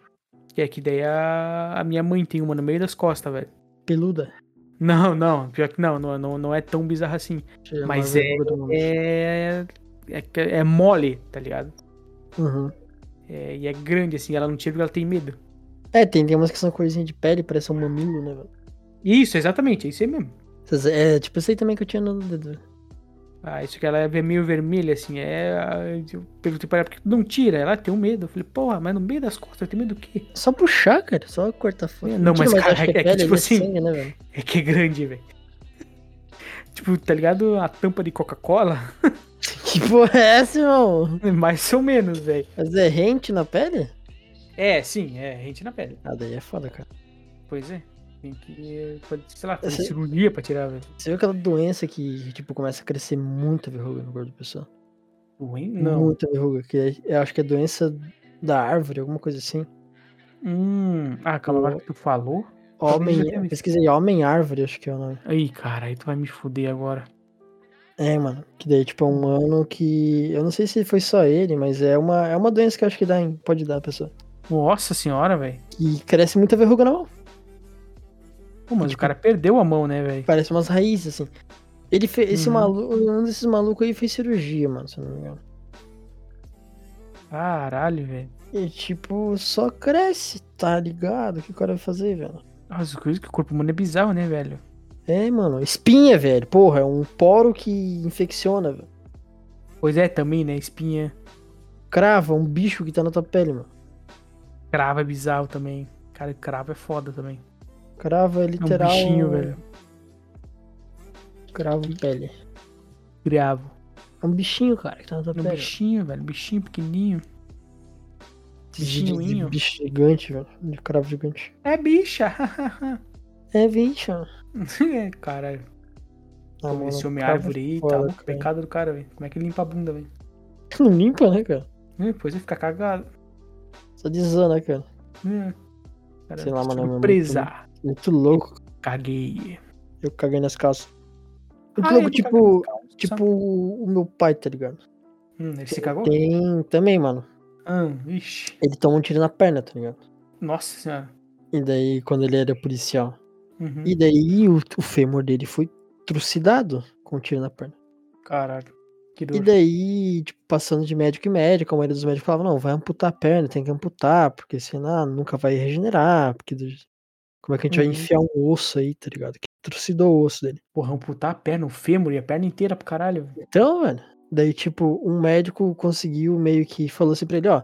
Que é que daí a, a minha mãe tem uma no meio das costas, velho. Peluda. Não, não, pior que não, não, não, não é tão bizarro assim. Acho que é a Mas maior verruga do mundo. É. é, é mole, tá ligado? Uhum. É, e é grande, assim, ela não tira porque ela tem medo. É, tem, tem umas que são coisinha de pele, parece um mamilo, né, velho? Isso, exatamente, é isso aí mesmo. Essas- É tipo esse aí também que eu tinha no dedo. Ah, isso que ela é meio vermelha, assim, é. ah, Eu perguntei pra ela por que tu não tira. Ela tem um medo. Eu falei, porra, mas no meio das costas tem medo do quê? Só puxar, cara, só cortar fora. Não, mas, cara, acho é que, tipo ali assim, sangue, né, velho? É que é grande, velho. tipo, tá ligado? A tampa de Coca-Cola? Que porra é essa, irmão? Mais ou menos, velho. Mas é rente na pele? É, sim, é rente na pele. Ah, daí é foda, cara. Pois é. Tem que, eh, fazer, sei lá, Eu fazer sei. cirurgia pra tirar, velho. Você viu aquela doença que, tipo, começa a crescer muita verruga no corpo da pessoa? Ruim? Não. Muita verruga, que é- eu acho que é doença da árvore, alguma coisa assim. Hum. Ah, calma, agora que tu falou. Talvez eu Homem, já tenha visto. pesquisei homem-árvore, acho que é o nome. Aí, cara, aí tu vai me fuder agora. É, mano, que daí, tipo, é um ano que, eu não sei se foi só ele, mas é uma, é uma doença que eu acho que dá, em- pode dar a pessoa. Nossa senhora, velho. E cresce muita verruga na mão, Pô, mas o Tipo- cara perdeu a mão, né, velho? parece umas raízes, assim. Ele fez, esse Uhum. maluco, um desses malucos aí fez cirurgia, mano, se eu não me engano. Caralho, velho. E, tipo, só cresce, tá ligado? O que o cara vai fazer, velho? As coisas que o corpo humano é bizarro, né, velho? É, mano. Espinha, velho. Porra, é um poro que infecciona, velho. Pois é, também, né? Espinha, Crava, um bicho que tá na tua pele, mano. cravo é bizarro também. Cara, cravo é foda também. Crava é É um literal. bichinho, velho. Crava em pele. Cravo. É um bichinho, cara, que tá na tua É um pele. bichinho, velho. Bichinho pequenininho. De- de- de bichinhoinho. bicho gigante, velho. De cravo gigante. É bicha. É, bicho. é, caralho. Ah, mano, Esse homem cravo árvore aí, foda, tá louco. cara. Pecado do cara, velho. Como é que ele limpa a bunda, velho? Não limpa, né, cara? É, Pois é, fica cagado. Só desana, né, cara? É. Cara, Sei lá, mano, é muito- Surpresa. Muito louco. Caguei. Eu caguei nas calças. Muito Ah, louco, ele tipo. cagou. Tipo o meu pai, tá ligado? Hum, ele se cagou? Tem também, mano. Ah, vixe. Ele toma um tiro na perna, tá ligado? Nossa senhora. E daí, quando ele era policial. Uhum. E daí o, o fêmur dele foi trucidado com um tiro na perna. Caralho. Que E dor. daí, tipo, passando de médico em médico, a maioria dos médicos falava, não, vai amputar a perna, tem que amputar, porque senão nunca vai regenerar, porque do- como é que a gente Uhum. vai enfiar um osso aí, tá ligado? Que trucidou o osso dele. Porra, amputar a perna, o fêmur e a perna inteira pro caralho. velho. Então, velho, daí, tipo, um médico conseguiu meio que, falou assim pra ele, ó,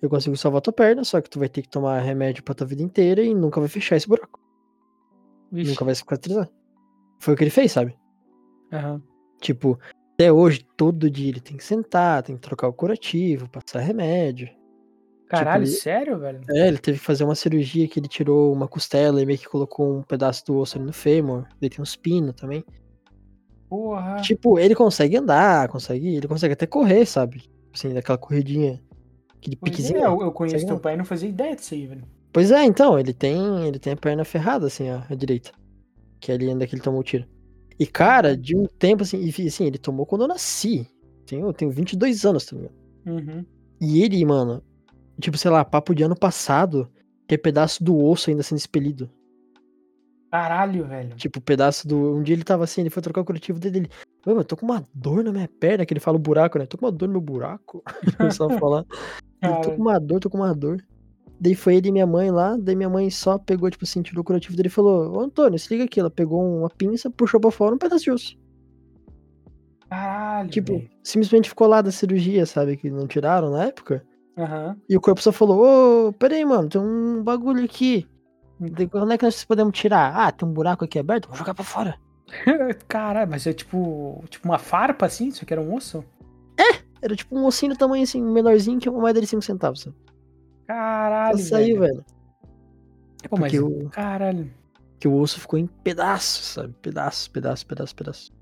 eu consigo salvar tua perna, só que tu vai ter que tomar remédio pra tua vida inteira e nunca vai fechar esse buraco, Vixe. nunca vai cicatrizar. Foi o que ele fez, sabe? Aham. Tipo, até hoje, todo dia ele tem que sentar, tem que trocar o curativo, passar remédio. Caralho, ele- sério, velho? É, ele teve que fazer uma cirurgia que ele tirou uma costela e meio que colocou um pedaço do osso ali no fêmur. Ele tem uns pinos também. Porra. Tipo, ele consegue andar, consegue. Ele consegue até correr, sabe? Assim, daquela corridinha. Aquele Pois piquezinho. né? é, eu, eu conheço Sei teu lá. pai e não fazia ideia disso aí, velho. Pois é, então, ele tem, ele tem a perna ferrada, assim, ó, à direita. Que é ali ainda que ele tomou o tiro. E, cara, de um tempo, assim, e, assim, ele tomou quando eu nasci. Tenho, eu tenho 22 anos, tá ligado? Uhum. E ele, mano, tipo, sei lá, papo de ano passado, tem pedaço do osso ainda sendo expelido. Caralho, velho. Tipo, pedaço do. Um dia ele tava assim, ele foi trocar o curativo dele. Ele, "Ué, mano, eu tô com uma dor na minha perna, que ele fala o buraco, né? Tô com uma dor no meu buraco. Ele começava a falar. Ele, tô Cara, com uma dor, tô com uma dor. Daí foi ele e minha mãe lá, daí minha mãe só pegou, tipo assim, tirou o curativo dele e falou: Ô Antônio, se liga aqui. Ela pegou uma pinça, puxou pra fora um pedaço de osso. caralho. Tipo, velho. simplesmente ficou lá da cirurgia, sabe? Que não tiraram na época. Aham. E o corpo só falou: Ô, peraí, mano, tem um bagulho aqui. De- Quando é que nós podemos tirar? Ah, tem um buraco aqui aberto, vou jogar pra fora. Caralho, mas é tipo, tipo uma farpa assim? Só que era um osso? Era tipo um ossinho do tamanho assim, menorzinho que uma moeda de 5 centavos. sabe? Só Caralho. saiu, velho. Pô, mas. porque o- Caralho. Que o osso ficou em pedaços, sabe? Pedaços, pedaços, pedaços, pedaços.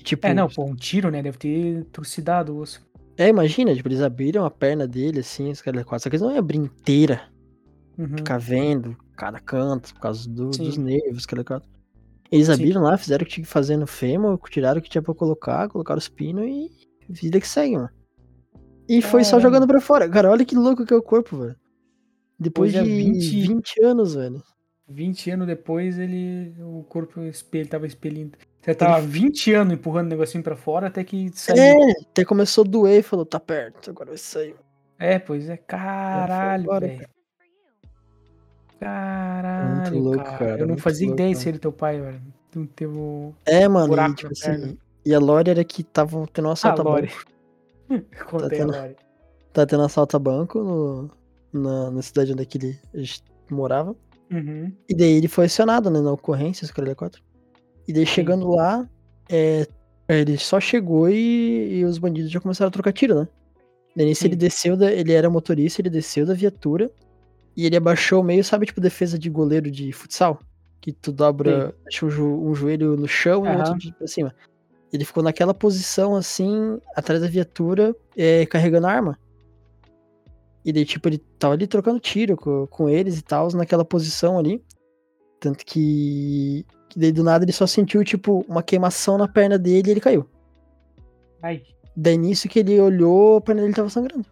E, Tipo, É, não, pô, um tiro, né? Deve ter trucidado o osso. é, imagina, tipo, eles abriram a perna dele assim, os caras quase. Só que eles não iam abrir inteira. Uhum. ficar vendo cada canto por causa do- dos Sim. nervos, cada canto. Eles Sim. abriram lá, fizeram o que tinha que fazer no fêmur, tiraram o que tinha pra colocar, colocaram os pinos e vida que segue, mano. E foi só Caramba. jogando pra fora. Cara, olha que louco que é o corpo, velho. Depois Pois é, de 20 20... anos, velho. 20 anos depois, ele. O corpo espelho tava espelhando. Você tava 20 anos empurrando o negocinho pra fora até que saiu. É, até começou a doer e falou, tá perto, agora vai sair. É, pois é. Caralho, Agora, velho. Caralho, Muito louco, cara. cara, Eu não muito fazia louco, ideia cara. se ele teu pai, velho. Tu teu... É, mano, Buraco e, tipo na assim, perna. e a Lore era que tava tendo um Ah, assalto a Lore. banco. Contei a tendo- Lore. Tá tendo assalto a banco no, na, na cidade onde que ele a gente morava. Uhum. E daí ele foi acionado, né, na ocorrência, esse cara 4. E daí chegando lá, é, ele só chegou e, e os bandidos já começaram a trocar tiro, né? Daí nisso ele Sim. desceu, da, ele era motorista, ele desceu da viatura e ele abaixou meio, sabe, tipo defesa de goleiro de futsal? Que tu dobra, deixa um, jo- um joelho no chão e o outro Aham. de- pra cima. Ele ficou naquela posição, assim, atrás da viatura, é, carregando a arma. E daí, tipo, ele tava ali trocando tiro co- com, eles e tal, naquela posição ali. Tanto que, que daí do nada ele só sentiu, tipo, uma queimação na perna dele e ele caiu. Ai. Daí nisso que ele olhou, a perna dele tava sangrando.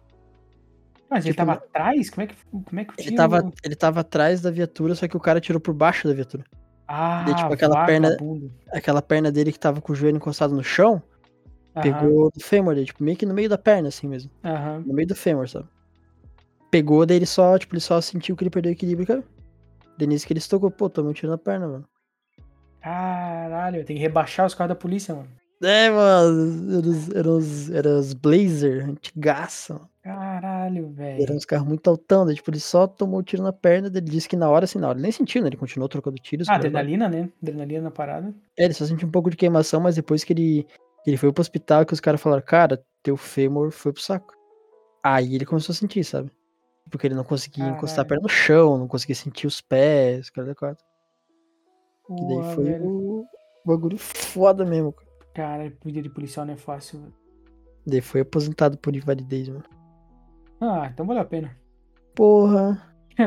Mas ele Tipo, tava atrás? Como é que, como é que o Ele tiro- tava, ele tava atrás da viatura, só que o cara tirou por baixo da viatura. Ah, daí, tipo, aquela perna- vagabundo. Aquela perna dele que tava com o joelho encostado no chão, Aham, pegou do fêmur dele, tipo, meio que no meio da perna, assim mesmo. aham. No meio do fêmur, sabe? Pegou, daí ele só, tipo, ele só sentiu que ele perdeu o equilíbrio e caiu. Daí nisso que ele estocou, pô, tomou um tiro na perna, mano. Caralho, tem que rebaixar os carros da polícia, mano. É, mano, eram os, eram os, eram os Blazer, antigaça, mano. Caralho, velho. Eram uns carros um muito altão, daí, tipo, ele só tomou o tiro na perna, daí ele disse que na hora, assim, na hora, ele nem sentiu, né, ele continuou trocando tiros. Ah, blá, blá, blá. adrenalina, né? Adrenalina na parada. É, ele só sentiu um pouco de queimação, mas depois que ele, que ele foi pro hospital, que os caras falaram, cara, teu fêmur foi pro saco. Aí ele começou a sentir, sabe? Porque ele não conseguia encostar a Caralho. perna no chão, não conseguia sentir os pés, cara da quatro. Que daí Porra, foi velho. o o bagulho foda mesmo, cara. Cara, vida de policial não é fácil, velho. Daí foi aposentado por invalidez, mano. Ah, então valeu a pena. Porra,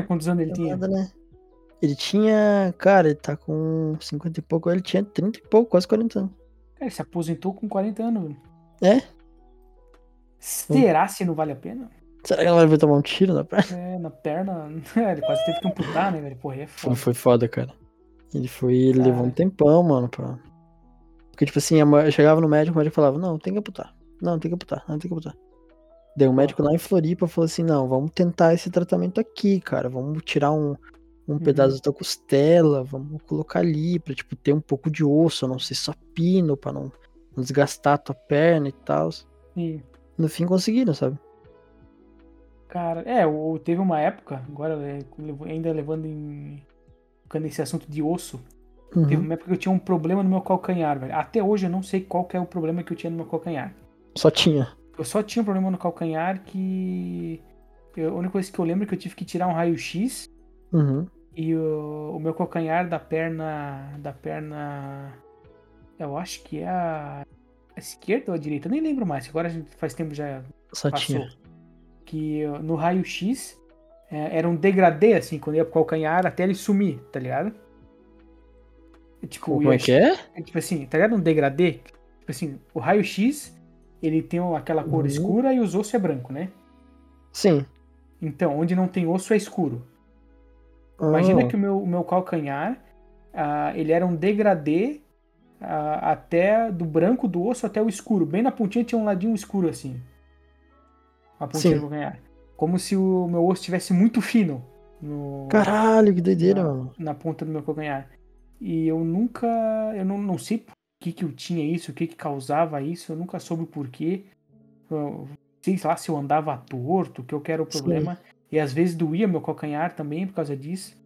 Quantos anos ele é tinha? nada, né? Ele tinha, cara, ele tá com 50 e pouco, ele tinha 30 e pouco, quase 40 anos. Cara, ele se aposentou com 40 anos, velho. É? Será se não vale a pena? Será que ela vai tomar um tiro na perna? É, na perna. é, ele quase teve que amputar, né, velho? Porra, aí é Foi, foda. foi foda, cara. Ele foi, ele Cara. levou um tempão, mano, pra... Porque, tipo assim, a mãe- eu chegava no médico, o médico falava, não, tem que amputar. Não, tem que amputar, não, tem que amputar. Daí um médico lá em Floripa falou assim, não, vamos tentar esse tratamento aqui, cara. Vamos tirar um, um pedaço da tua costela, vamos colocar ali pra, tipo, ter um pouco de osso, não ser só pino, pra não, não desgastar a tua perna e tal. Sim. No fim conseguiram, sabe? Cara, é, o- teve uma época, agora é, levo- ainda levando em. Ficando nesse assunto de osso, teve Uhum. uma época que eu tinha um problema no meu calcanhar, velho. Até hoje eu não sei qual que é o problema que eu tinha no meu calcanhar. Só tinha. Eu só tinha um problema no calcanhar que. eu- a única coisa que eu lembro é que eu tive que tirar um raio-x Uhum. e o, o meu calcanhar da perna. Da perna. Eu acho que é a, a esquerda ou a direita, eu nem lembro mais, agora a gente- faz tempo já Só passou. tinha. Que uh, no raio-x é, era um degradê, assim, quando ia pro calcanhar até ele sumir, tá ligado? E, Tipo, Como ia- é que é? é, Tipo assim, tá ligado? Um degradê. Tipo assim, o raio-x, ele tem aquela cor Uhum. escura e os ossos é branco, né? Sim. Então, onde não tem osso é escuro. Imagina Ah. que o meu, o meu calcanhar, ah, ele era um degradê ah, até do branco do osso até o escuro. Bem na pontinha tinha um ladinho escuro assim. A pontinha Sim. do calcanhar. Como se o meu osso tivesse muito fino no, Caralho, que doideira, Ah. mano. na ponta do meu calcanhar. E eu nunca, eu não, não sei por que que eu tinha isso, o que que causava isso, eu nunca soube o porquê. Eu- Sei lá se eu andava torto, que eu que era o Sim. problema. E às vezes doía meu calcanhar também por causa disso.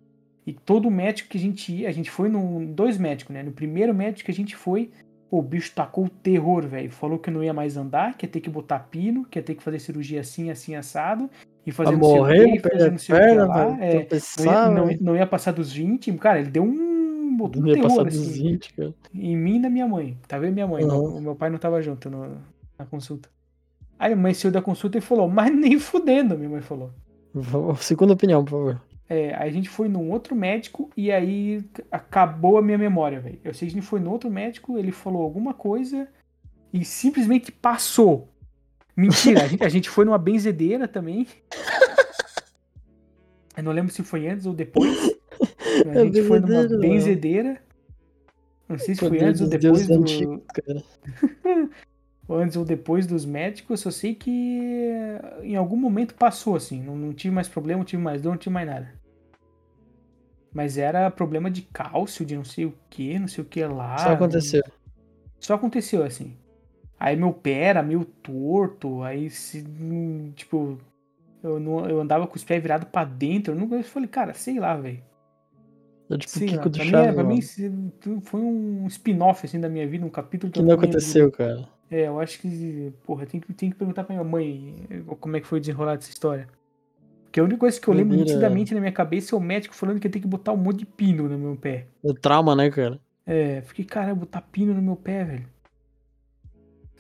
E todo médico que a gente ia, a gente foi num dois médicos, né? No primeiro médico que a gente foi, pô, o bicho tacou o terror, velho. Falou que não ia mais andar, que ia ter que botar pino, que ia ter que fazer cirurgia assim, assim, assado. E fazer Vai não sei o morrer, quê, e fazer perder não a sei o que perna, então lá. vai É, não ia, tropeçar, não, vai- não ia passar dos 20, cara, ele deu um. Botou um né? não ia passar terror dos assim, 20, cara. em mim e na minha mãe. Tá vendo minha mãe? Uhum. O meu pai não tava junto no- na consulta. Aí a mãe saiu da consulta e falou, mas nem fudendo, minha mãe falou. Vamos- Segunda opinião, por favor. É, aí a gente foi num outro médico e aí c- acabou a minha memória, velho. Eu sei que a gente foi num outro médico, ele falou alguma coisa e simplesmente passou. Mentira, a gente, a gente foi numa benzedeira também. Eu não lembro se foi antes ou depois. A É gente foi numa benzedeira, mano. benzedeira Não sei se foi antes ou depois do... antes ou depois dos médicos, só sei que eh, em algum momento passou, assim. Não, não tive mais problema, não tive mais dor, não tive mais nada. Mas era problema de cálcio, de não sei o que, não sei o que lá. Só aconteceu. Só aconteceu, assim. Aí meu pé era meio torto, aí se, tipo, eu, não, eu andava com os pés virados pra dentro. Eu, nunca, eu falei, cara, sei lá, velho. Eu, tipo, Sim, Kiko do pra, Chaves, mim, é, pra mano. mim se- foi um spin-off assim da minha vida, um capítulo que não da minha aconteceu, cara. vida. É, eu acho que, porra, tem que, tem que perguntar pra minha mãe eh, como é que foi desenrolar essa história. Porque a única coisa que eu lembro Doideira. né? nitidamente na minha cabeça é o médico falando que eu tenho que botar um monte de pino no meu pé. O trauma, né, cara? É, fiquei, caralho, botar pino no meu pé, velho.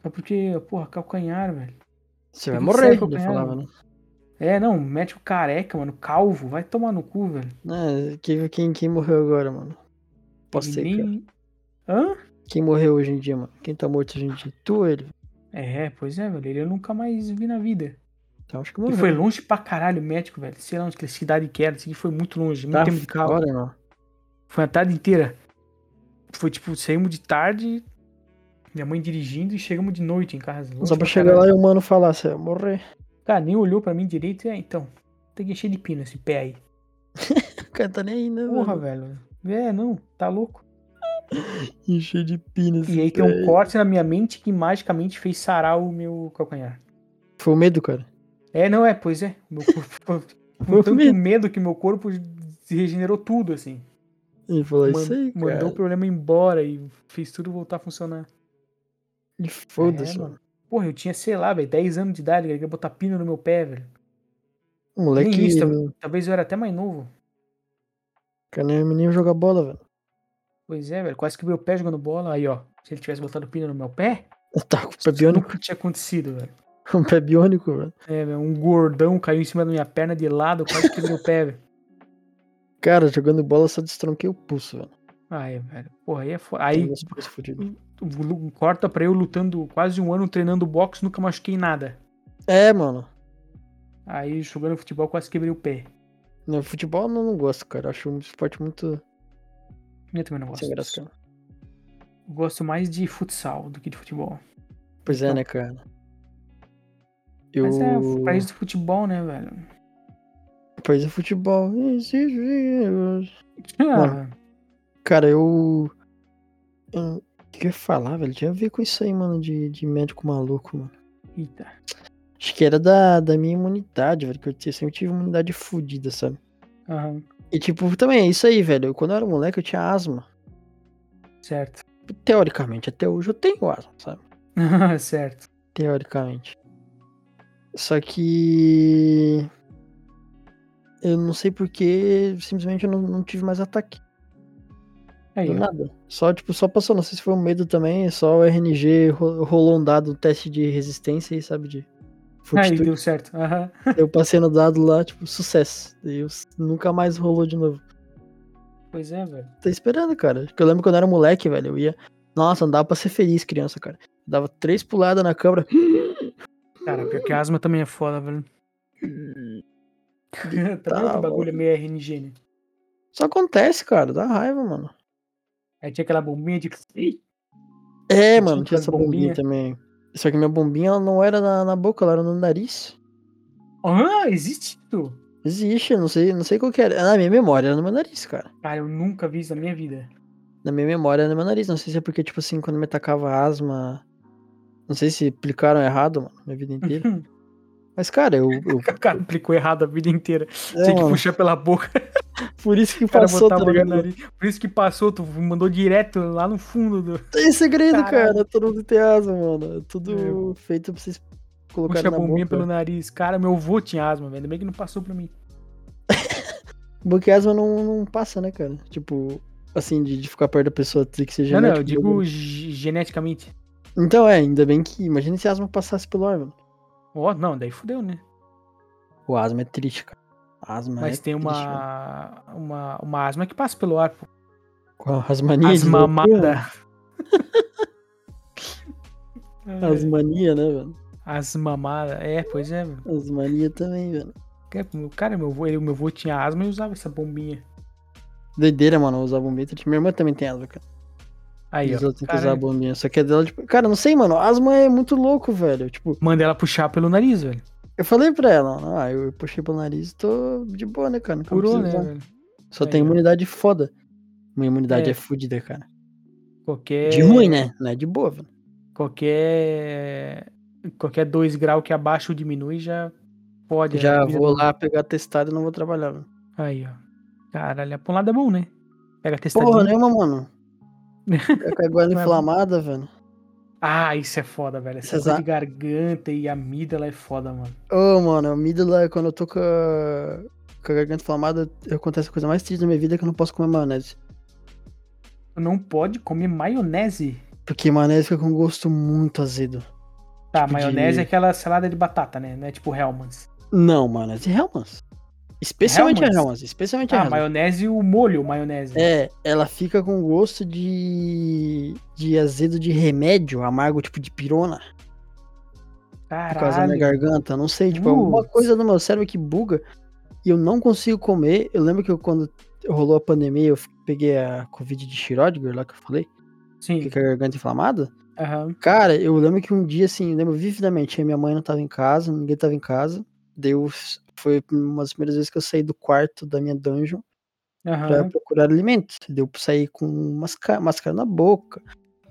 Só porque, porra, calcanhar, velho. Você vai Ele morrer, sabe ele qual é, falava, né? É, não, médico careca, mano, calvo, vai tomar no cu, velho. Não, quem, né? É, quem, quem morreu agora, mano? Posso Ele ser, cara. nem... Hã? Quem morreu hoje em dia, mano? Quem tá morto hoje em dia? Tu ou ele? É, pois é, velho. Ele eu nunca mais vi na vida. Então acho que E morreu. foi longe pra caralho o médico, velho. Sei lá onde que cidade que era. Isso aqui foi muito longe, muito tá tempo de carro. fora, irmão. Foi a tarde inteira. Foi tipo, saímos de tarde, minha mãe dirigindo e chegamos de noite em casa. longe Só pra chegar lá caralho. e o mano falar, você vai morrer. Cara, nem olhou pra mim direito. E, ah, então, tem que encher de pino esse pé aí. O cara tá nem aí, né, Porra, mano? velho. É, não, tá louco. Encher de pinas. E aí tem É. um corte na minha mente que magicamente fez sarar o meu calcanhar. Foi o medo, cara. É, não é, pois é. Meu corpo ficou Foi o com tanto medo. medo que meu corpo se regenerou tudo, assim. Ele falou Man- isso aí, cara. mandou um o problema embora e fez tudo voltar a funcionar. E foda-se, É, mano. Porra, eu tinha, sei lá, velho, 10 anos de idade, eu ia botar pino no meu pé, velho. O moleque, Nem isso, tá- o Talvez eu era até mais novo. cara não é menino jogar bola, velho. Pois é, velho, quase quebrei o pé jogando bola. Aí, ó, se ele tivesse botado pino no meu pé, Tá com o pé isso biônico, nunca tinha acontecido, velho. um pé biônico, velho. É, velho, um gordão caiu em cima da minha perna de lado, eu quase quebrei o pé, velho. Cara, jogando bola só destronquei o pulso, velho. Aí, velho, porra, aí é foda. Aí, Meus pulsos fudidos. tu lu- corta pra eu lutando quase um ano, treinando boxe, nunca machuquei nada. É, mano. Aí, jogando futebol, quase quebrei o pé. No futebol eu não, não gosto, cara. Eu Acho um esporte muito Eu também não gosto. sem graça, cara. Gosto mais de futsal do que de futebol. Pois é, né, cara? Eu... Mas é, o país do futebol, né, velho? Pois é, futebol. Exige- Ah, Cara, eu... eu- O que eu ia falar, velho? Tinha a ver com isso aí, mano, de, de médico maluco, mano. Ah, eita. Acho que era da, da minha imunidade, velho, que eu t- sempre tive imunidade fodida, sabe? Aham, E, tipo, também é isso aí, velho. Quando eu era moleque, eu tinha asma. certo. Teoricamente, até hoje eu tenho asma, sabe? certo. Teoricamente. Só que. Eu não sei porque simplesmente eu não, não tive mais ataque. Aí, Do ó. nada. Só, tipo, só passou. Não sei se foi o medo também. Só o RNG ro- rolou um dado, um teste de resistência e sabe de. aí fortitude. deu certo. Aham. Eu passei no dado lá, tipo, sucesso. E eu- nunca mais rolou de novo. Pois é, velho. Tá esperando, cara. Que Eu lembro quando eu era moleque, velho. Eu ia. Nossa, não dava pra ser feliz, criança, cara. Dava três puladas na câmera. Cara, pior que asma também é foda, velho. também Tá outro bagulho é meio RNG, né? Só acontece, cara. Dá raiva, mano. Aí tinha aquela bombinha de. Ih, É, Tinha mano, tinha aquelas essa bombinha bombinhas. também. Só que minha bombinha ela não era na, na boca, ela era no nariz. Ah, existe isso? Existe, eu não sei, não sei qual que era. É, Na minha memória era no meu nariz, cara. Cara, eu nunca vi isso na minha vida. Na minha memória era no meu nariz. Não sei se é porque, tipo assim, quando me atacava asma. Não sei se aplicaram errado, mano, minha vida inteira. Mas, cara, eu. eu- O cara aplicou errado a vida inteira. é, Tem que mano, puxar pela boca. por isso que O cara passou, botar tá a mão no ligado? nariz. Por isso que passou, tu mandou direto lá no fundo do. Tem segredo, Caralho. cara. Todo mundo tem asma, mano. É Tudo feito pra vocês Puxa colocarem a na bombinha boca. pelo nariz. Cara, meu avô tinha asma, velho. Ainda bem que não passou pra mim. Porque asma não, não passa, né, cara? Tipo, assim, de, de ficar perto da pessoa, ter que ser Não, não, eu genético, digo ge- geneticamente. Então é, ainda bem que. Imagina se asma passasse pelo ar, mano. Ó, não, daí fudeu, né? O asma é triste, cara. Asma Mas é tem triste, velho. uma, uma. Uma asma que passa pelo ar, pô. Com as manias. de Asma loucura, amada. As manias, né, velho? Asma amada. É, pois é, velho. As manias também, velho. É, Cara, meu avô, ele- meu avô tinha asma e usava essa bombinha. Doideira, mano, usar bombeta. Minha irmã também tem asma, cara. Aí, Mas ó. ela tem que Cara, usar a bombinha. Só que a dela, tipo, cara, não sei, mano. Asma é muito louco, velho. Tipo, Manda ela puxar pelo nariz, velho. eu falei pra ela, ah, eu puxei pelo nariz e tô de boa, né, cara? Não Curou, né, precisa usar. velho? Só Aí, tem ó. imunidade foda. Uma imunidade É. é, fudida, cara. Qualquer. De ruim, né? Não é de boa, velho. Qualquer. Qualquer 2 grau que abaixo ou diminui já pode. né? Já Vida vou do- lá pegar testado e não vou trabalhar, velho. Aí, ó. Caralho, pra um lado é bom, né? Pega testadinho. Porra nenhuma, mano. Fica tá com a goela Mas- inflamada, velho. Ah, isso é foda, velho. Essa Cesar- coisa de garganta e amígdala é foda, mano. Ô, mano, a amígdala, quando eu tô com a, com a garganta inflamada, acontece a coisa mais triste da minha vida é que eu não posso comer maionese. Tu não pode comer maionese. Porque maionese fica com um gosto muito azedo. Tá, Tipo de- maionese é aquela salada de batata, né? Não é tipo Hellmann's. Não, maionese é Hellmann's. Especialmente Hellmann's? a Hellmann's. Especialmente a Ah, Hellmann's. maionese e o molho, maionese. É, ela fica com gosto de. de azedo de remédio, amargo, tipo de pirona, por causa da Caralho. minha garganta. Não sei, tipo, alguma Putz. coisa no meu cérebro que buga e eu não consigo comer. Eu lembro que eu, quando rolou a pandemia, eu f- peguei a Covid de Schrödinger, lá que eu falei, Sim. fiquei com a garganta inflamada. Aham. Cara, eu lembro que um dia, assim, eu lembro vividamente, aí minha mãe não tava em casa, ninguém tava em casa. Daí eu, s- foi uma das primeiras vezes que eu saí do quarto da minha dungeon pra Aham. procurar alimentos. Deu pra sair com máscara, máscara na boca,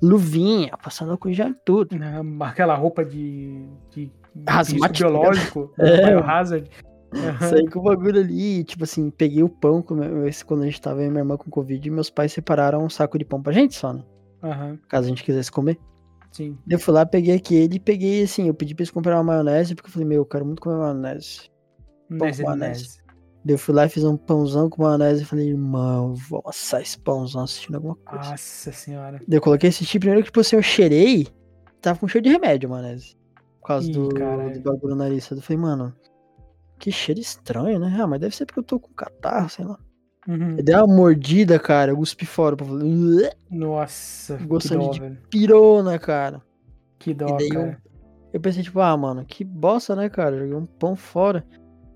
luvinha, passando álcool em gel em tudo. Aham, Aquela roupa de. de de Asmático, risco biológico. né? É. É. Biohazard. Aham. Saí com o bagulho ali, tipo assim, peguei o pão, com meu- esse- quando a gente tava eu e minha irmã com Covid, meus pais separaram um saco de pão pra gente só, né? Aham. Caso a gente quisesse comer. Sim. Daí Eu fui lá, peguei aquele e peguei, assim, eu pedi pra eles comprar uma maionese, porque eu falei, meu, eu quero muito comer maionese. Maionese é maionese. maionese. Daí eu fui lá e fiz um pãozão com maionese e falei, irmão, eu vou assar esse pãozão assistindo alguma coisa. Nossa senhora. Daí eu coloquei esse chip, primeiro que, tipo assim, eu cheirei, tava com cheiro de remédio, maionese. Por causa Ih, do, caralho. do bagulho no nariz. Eu falei, mano, que cheiro estranho, né? Ah, mas deve ser porque eu tô com catarro, sei lá. Uhum. Eu dei uma mordida, cara, eu cuspi fora, pra falar, "Ué", Nossa. Que Gostando dó, de- velho. pirona, cara. Que dó, E daí eu- cara. Eu pensei, tipo, ah, mano, que bosta, né, cara? Joguei um pão fora.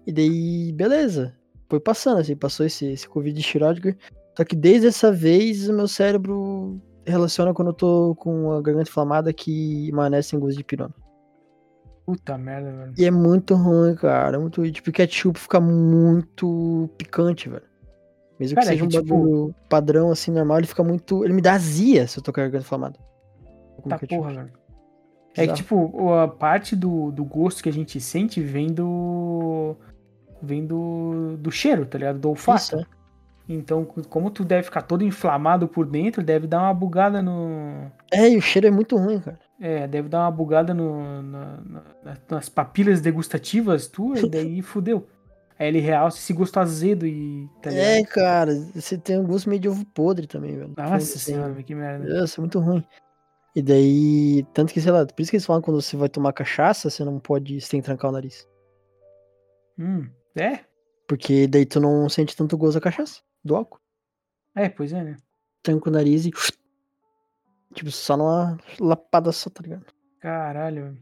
E daí, beleza. Foi passando, assim, passou esse, esse Covid de Schrödinger. Só que desde essa vez, o meu cérebro relaciona quando eu tô com a garganta inflamada que maionese tem gosto de pirona. Puta merda, velho. E é muito ruim, cara. É muito ruim. Tipo, ketchup fica muito picante, velho. Mesmo Cara, é que seja que, um tipo, bagulho padrão, assim, normal, ele fica muito... Ele me dá azia se eu tô com a garganta inflamada. Com Tá ketchup. porra, velho. É que, Bizarro. tipo, o- a parte do, do gosto que a gente sente vem do. vem do, do cheiro, tá ligado? Do Isso, olfato. é. Então, como tu deve ficar todo inflamado por dentro, deve dar uma bugada no. É, e o cheiro é muito ruim, cara. É, deve dar uma bugada no, na- na- nas papilas degustativas tuas, e daí fudeu. Aí ele realça esse gosto azedo e. Tá ligado? É, cara, você tem um gosto meio de ovo podre também, velho. Tipo, Nossa assim, senhora, velho, que merda. Nossa, é muito ruim. E daí, tanto que, sei lá, por isso que eles falam que quando você vai tomar cachaça, você não pode, você tem que trancar o nariz. Hum, é? Porque daí tu não sente tanto gosto da cachaça, do álcool. É, pois é, né? Tranca o nariz e. Tipo, só numa lapada só, tá ligado? Caralho. velho.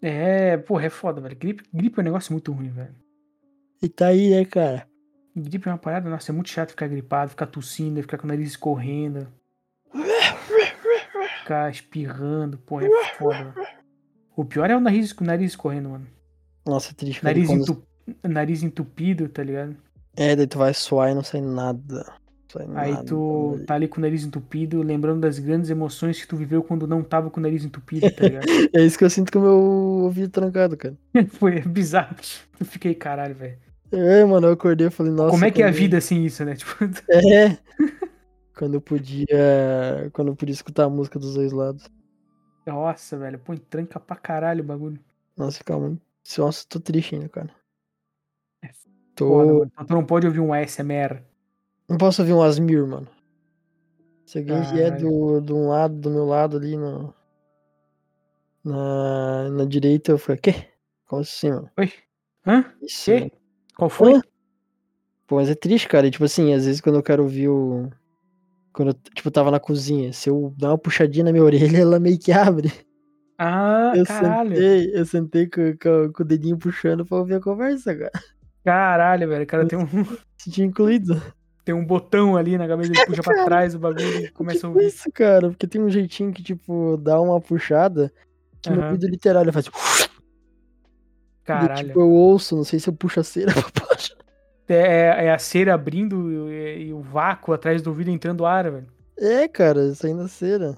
É, porra, é foda, velho. Gripe, gripe é um negócio muito ruim, velho. E tá aí, né, cara? Gripe é uma parada, nossa, é muito chato ficar gripado, ficar tossindo, ficar com o nariz escorrendo, ficar espirrando, porra, é foda. velho. O pior é o nariz, o nariz escorrendo, mano. Nossa, é triste. velho, Nariz, quando- entup- nariz entupido, tá ligado? É, daí tu vai suar e não sai nada. Não Sai Aí nada. tu tá ali com o nariz entupido, lembrando das grandes emoções que tu viveu quando não tava com o nariz entupido, tá ligado? É isso que eu sinto com o meu ouvido trancado, cara. Foi bizarro. Eu fiquei, caralho, velho. É, mano, eu acordei e falei, nossa. Como é que é a quando- vida sem isso, né? Tipo, É. Quando eu podia. Quando eu podia escutar a música dos dois lados. Nossa, velho, pô, tranca pra caralho o bagulho. Nossa, fica muito. Nossa, tô triste ainda, cara. É Tô. Foda, mano. Então tu não pode ouvir um ASMR. Não posso ouvir um Asmir, mano. Se alguém vier Caralho. do, de um lado, do meu lado ali no. Na, na direita, eu falei, quê? Como assim, mano? Oi? Hã? Isso. Quê? velho. Qual foi? Hã? Pô, mas é triste, cara. E, tipo assim, às vezes quando eu quero ouvir o. Quando eu, tipo, tava na cozinha, se eu dar uma puxadinha na minha orelha, ela meio que abre. Ah, Eu caralho. sentei, eu sentei com, com- com o dedinho puxando pra ouvir a conversa, cara. Caralho, velho. O cara tem um. Se tinha incluído. Tem um botão ali na cabeça, ele puxa pra trás o bagulho e começa a É, tipo ouvir. isso, cara, porque tem um jeitinho que, tipo, dá uma puxada que meu Aham. ouvido literal ele faz. E, Caralho. tipo, eu ouço, não sei se eu puxo a cera pra baixo. É, é a cera abrindo e, e o vácuo atrás do ouvido entrando ar, velho. É, cara, saindo a cera.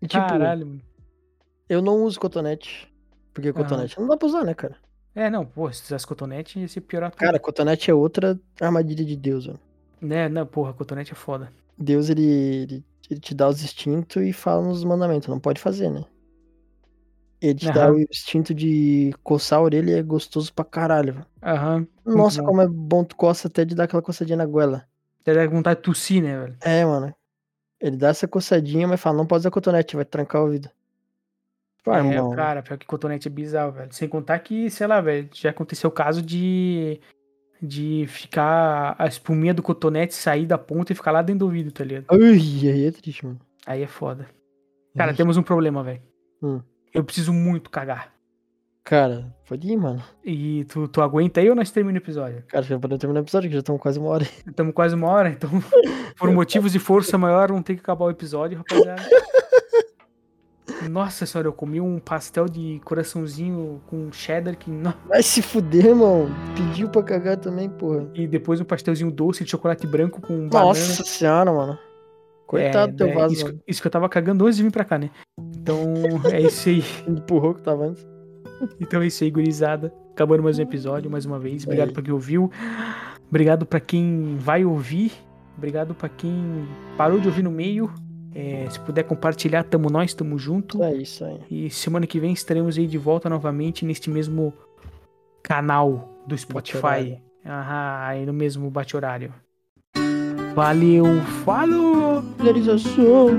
E, tipo, Caralho, mano. eu não uso cotonete. Porque cotonete não dá pra usar, né, cara? É, não, pô, se usasse cotonete ia ser piorar tudo. Cara, cotonete é outra armadilha de Deus, mano. Né, não, porra, cotonete é foda. Deus, ele, ele, ele te dá os instintos e fala nos mandamentos, não pode fazer, né? Ele te dá Aham. o instinto de coçar a orelha e é gostoso pra caralho. velho. Aham. Muito Nossa, bom. como é bom tu coça até de dar aquela coçadinha na goela. Até dá vontade de tossir, né, velho? É, mano. Ele dá essa coçadinha, mas fala, não pode usar cotonete, vai trancar o ouvido. Pô, é, irmão. cara, pior que cotonete é bizarro, velho. Sem contar que, sei lá, velho, já aconteceu o caso de. De ficar a espuminha do cotonete sair da ponta e ficar lá dentro do ouvido, tá ligado? Ui, aí é triste, mano. Aí é foda. Cara, Ixi. temos um problema, velho. Uhum. Hum. Eu preciso muito cagar. Cara, pode ir, mano. E tu, tu aguenta aí ou nós terminamos o episódio? Cara, já podemos terminar o episódio, que já estamos quase uma hora. Estamos quase uma hora, então por motivos de força maior vamos ter que acabar o episódio, rapaziada. Nossa senhora, eu comi um pastel de coraçãozinho com cheddar que no- Vai se fuder, irmão. Pediu pra cagar também, porra. e depois um pastelzinho doce de chocolate branco com banana. Nossa senhora, mano. Coitado É, do teu né, vaso, isso, mano. que- isso que eu tava cagando antes de vir pra cá, né? Então é isso aí. Empurrou que tava antes. Então é isso aí, gurizada. Acabando mais um episódio, mais uma vez. É. Obrigado pra quem ouviu. Obrigado pra quem vai ouvir. Obrigado pra quem parou de ouvir no meio. É, se puder compartilhar, tamo nós, tamo junto. É isso aí. E semana que vem estaremos aí de volta novamente neste mesmo canal do Spotify. Bate-horário. Aham, aí no mesmo bate-horário. Valeu, falou! Finalização.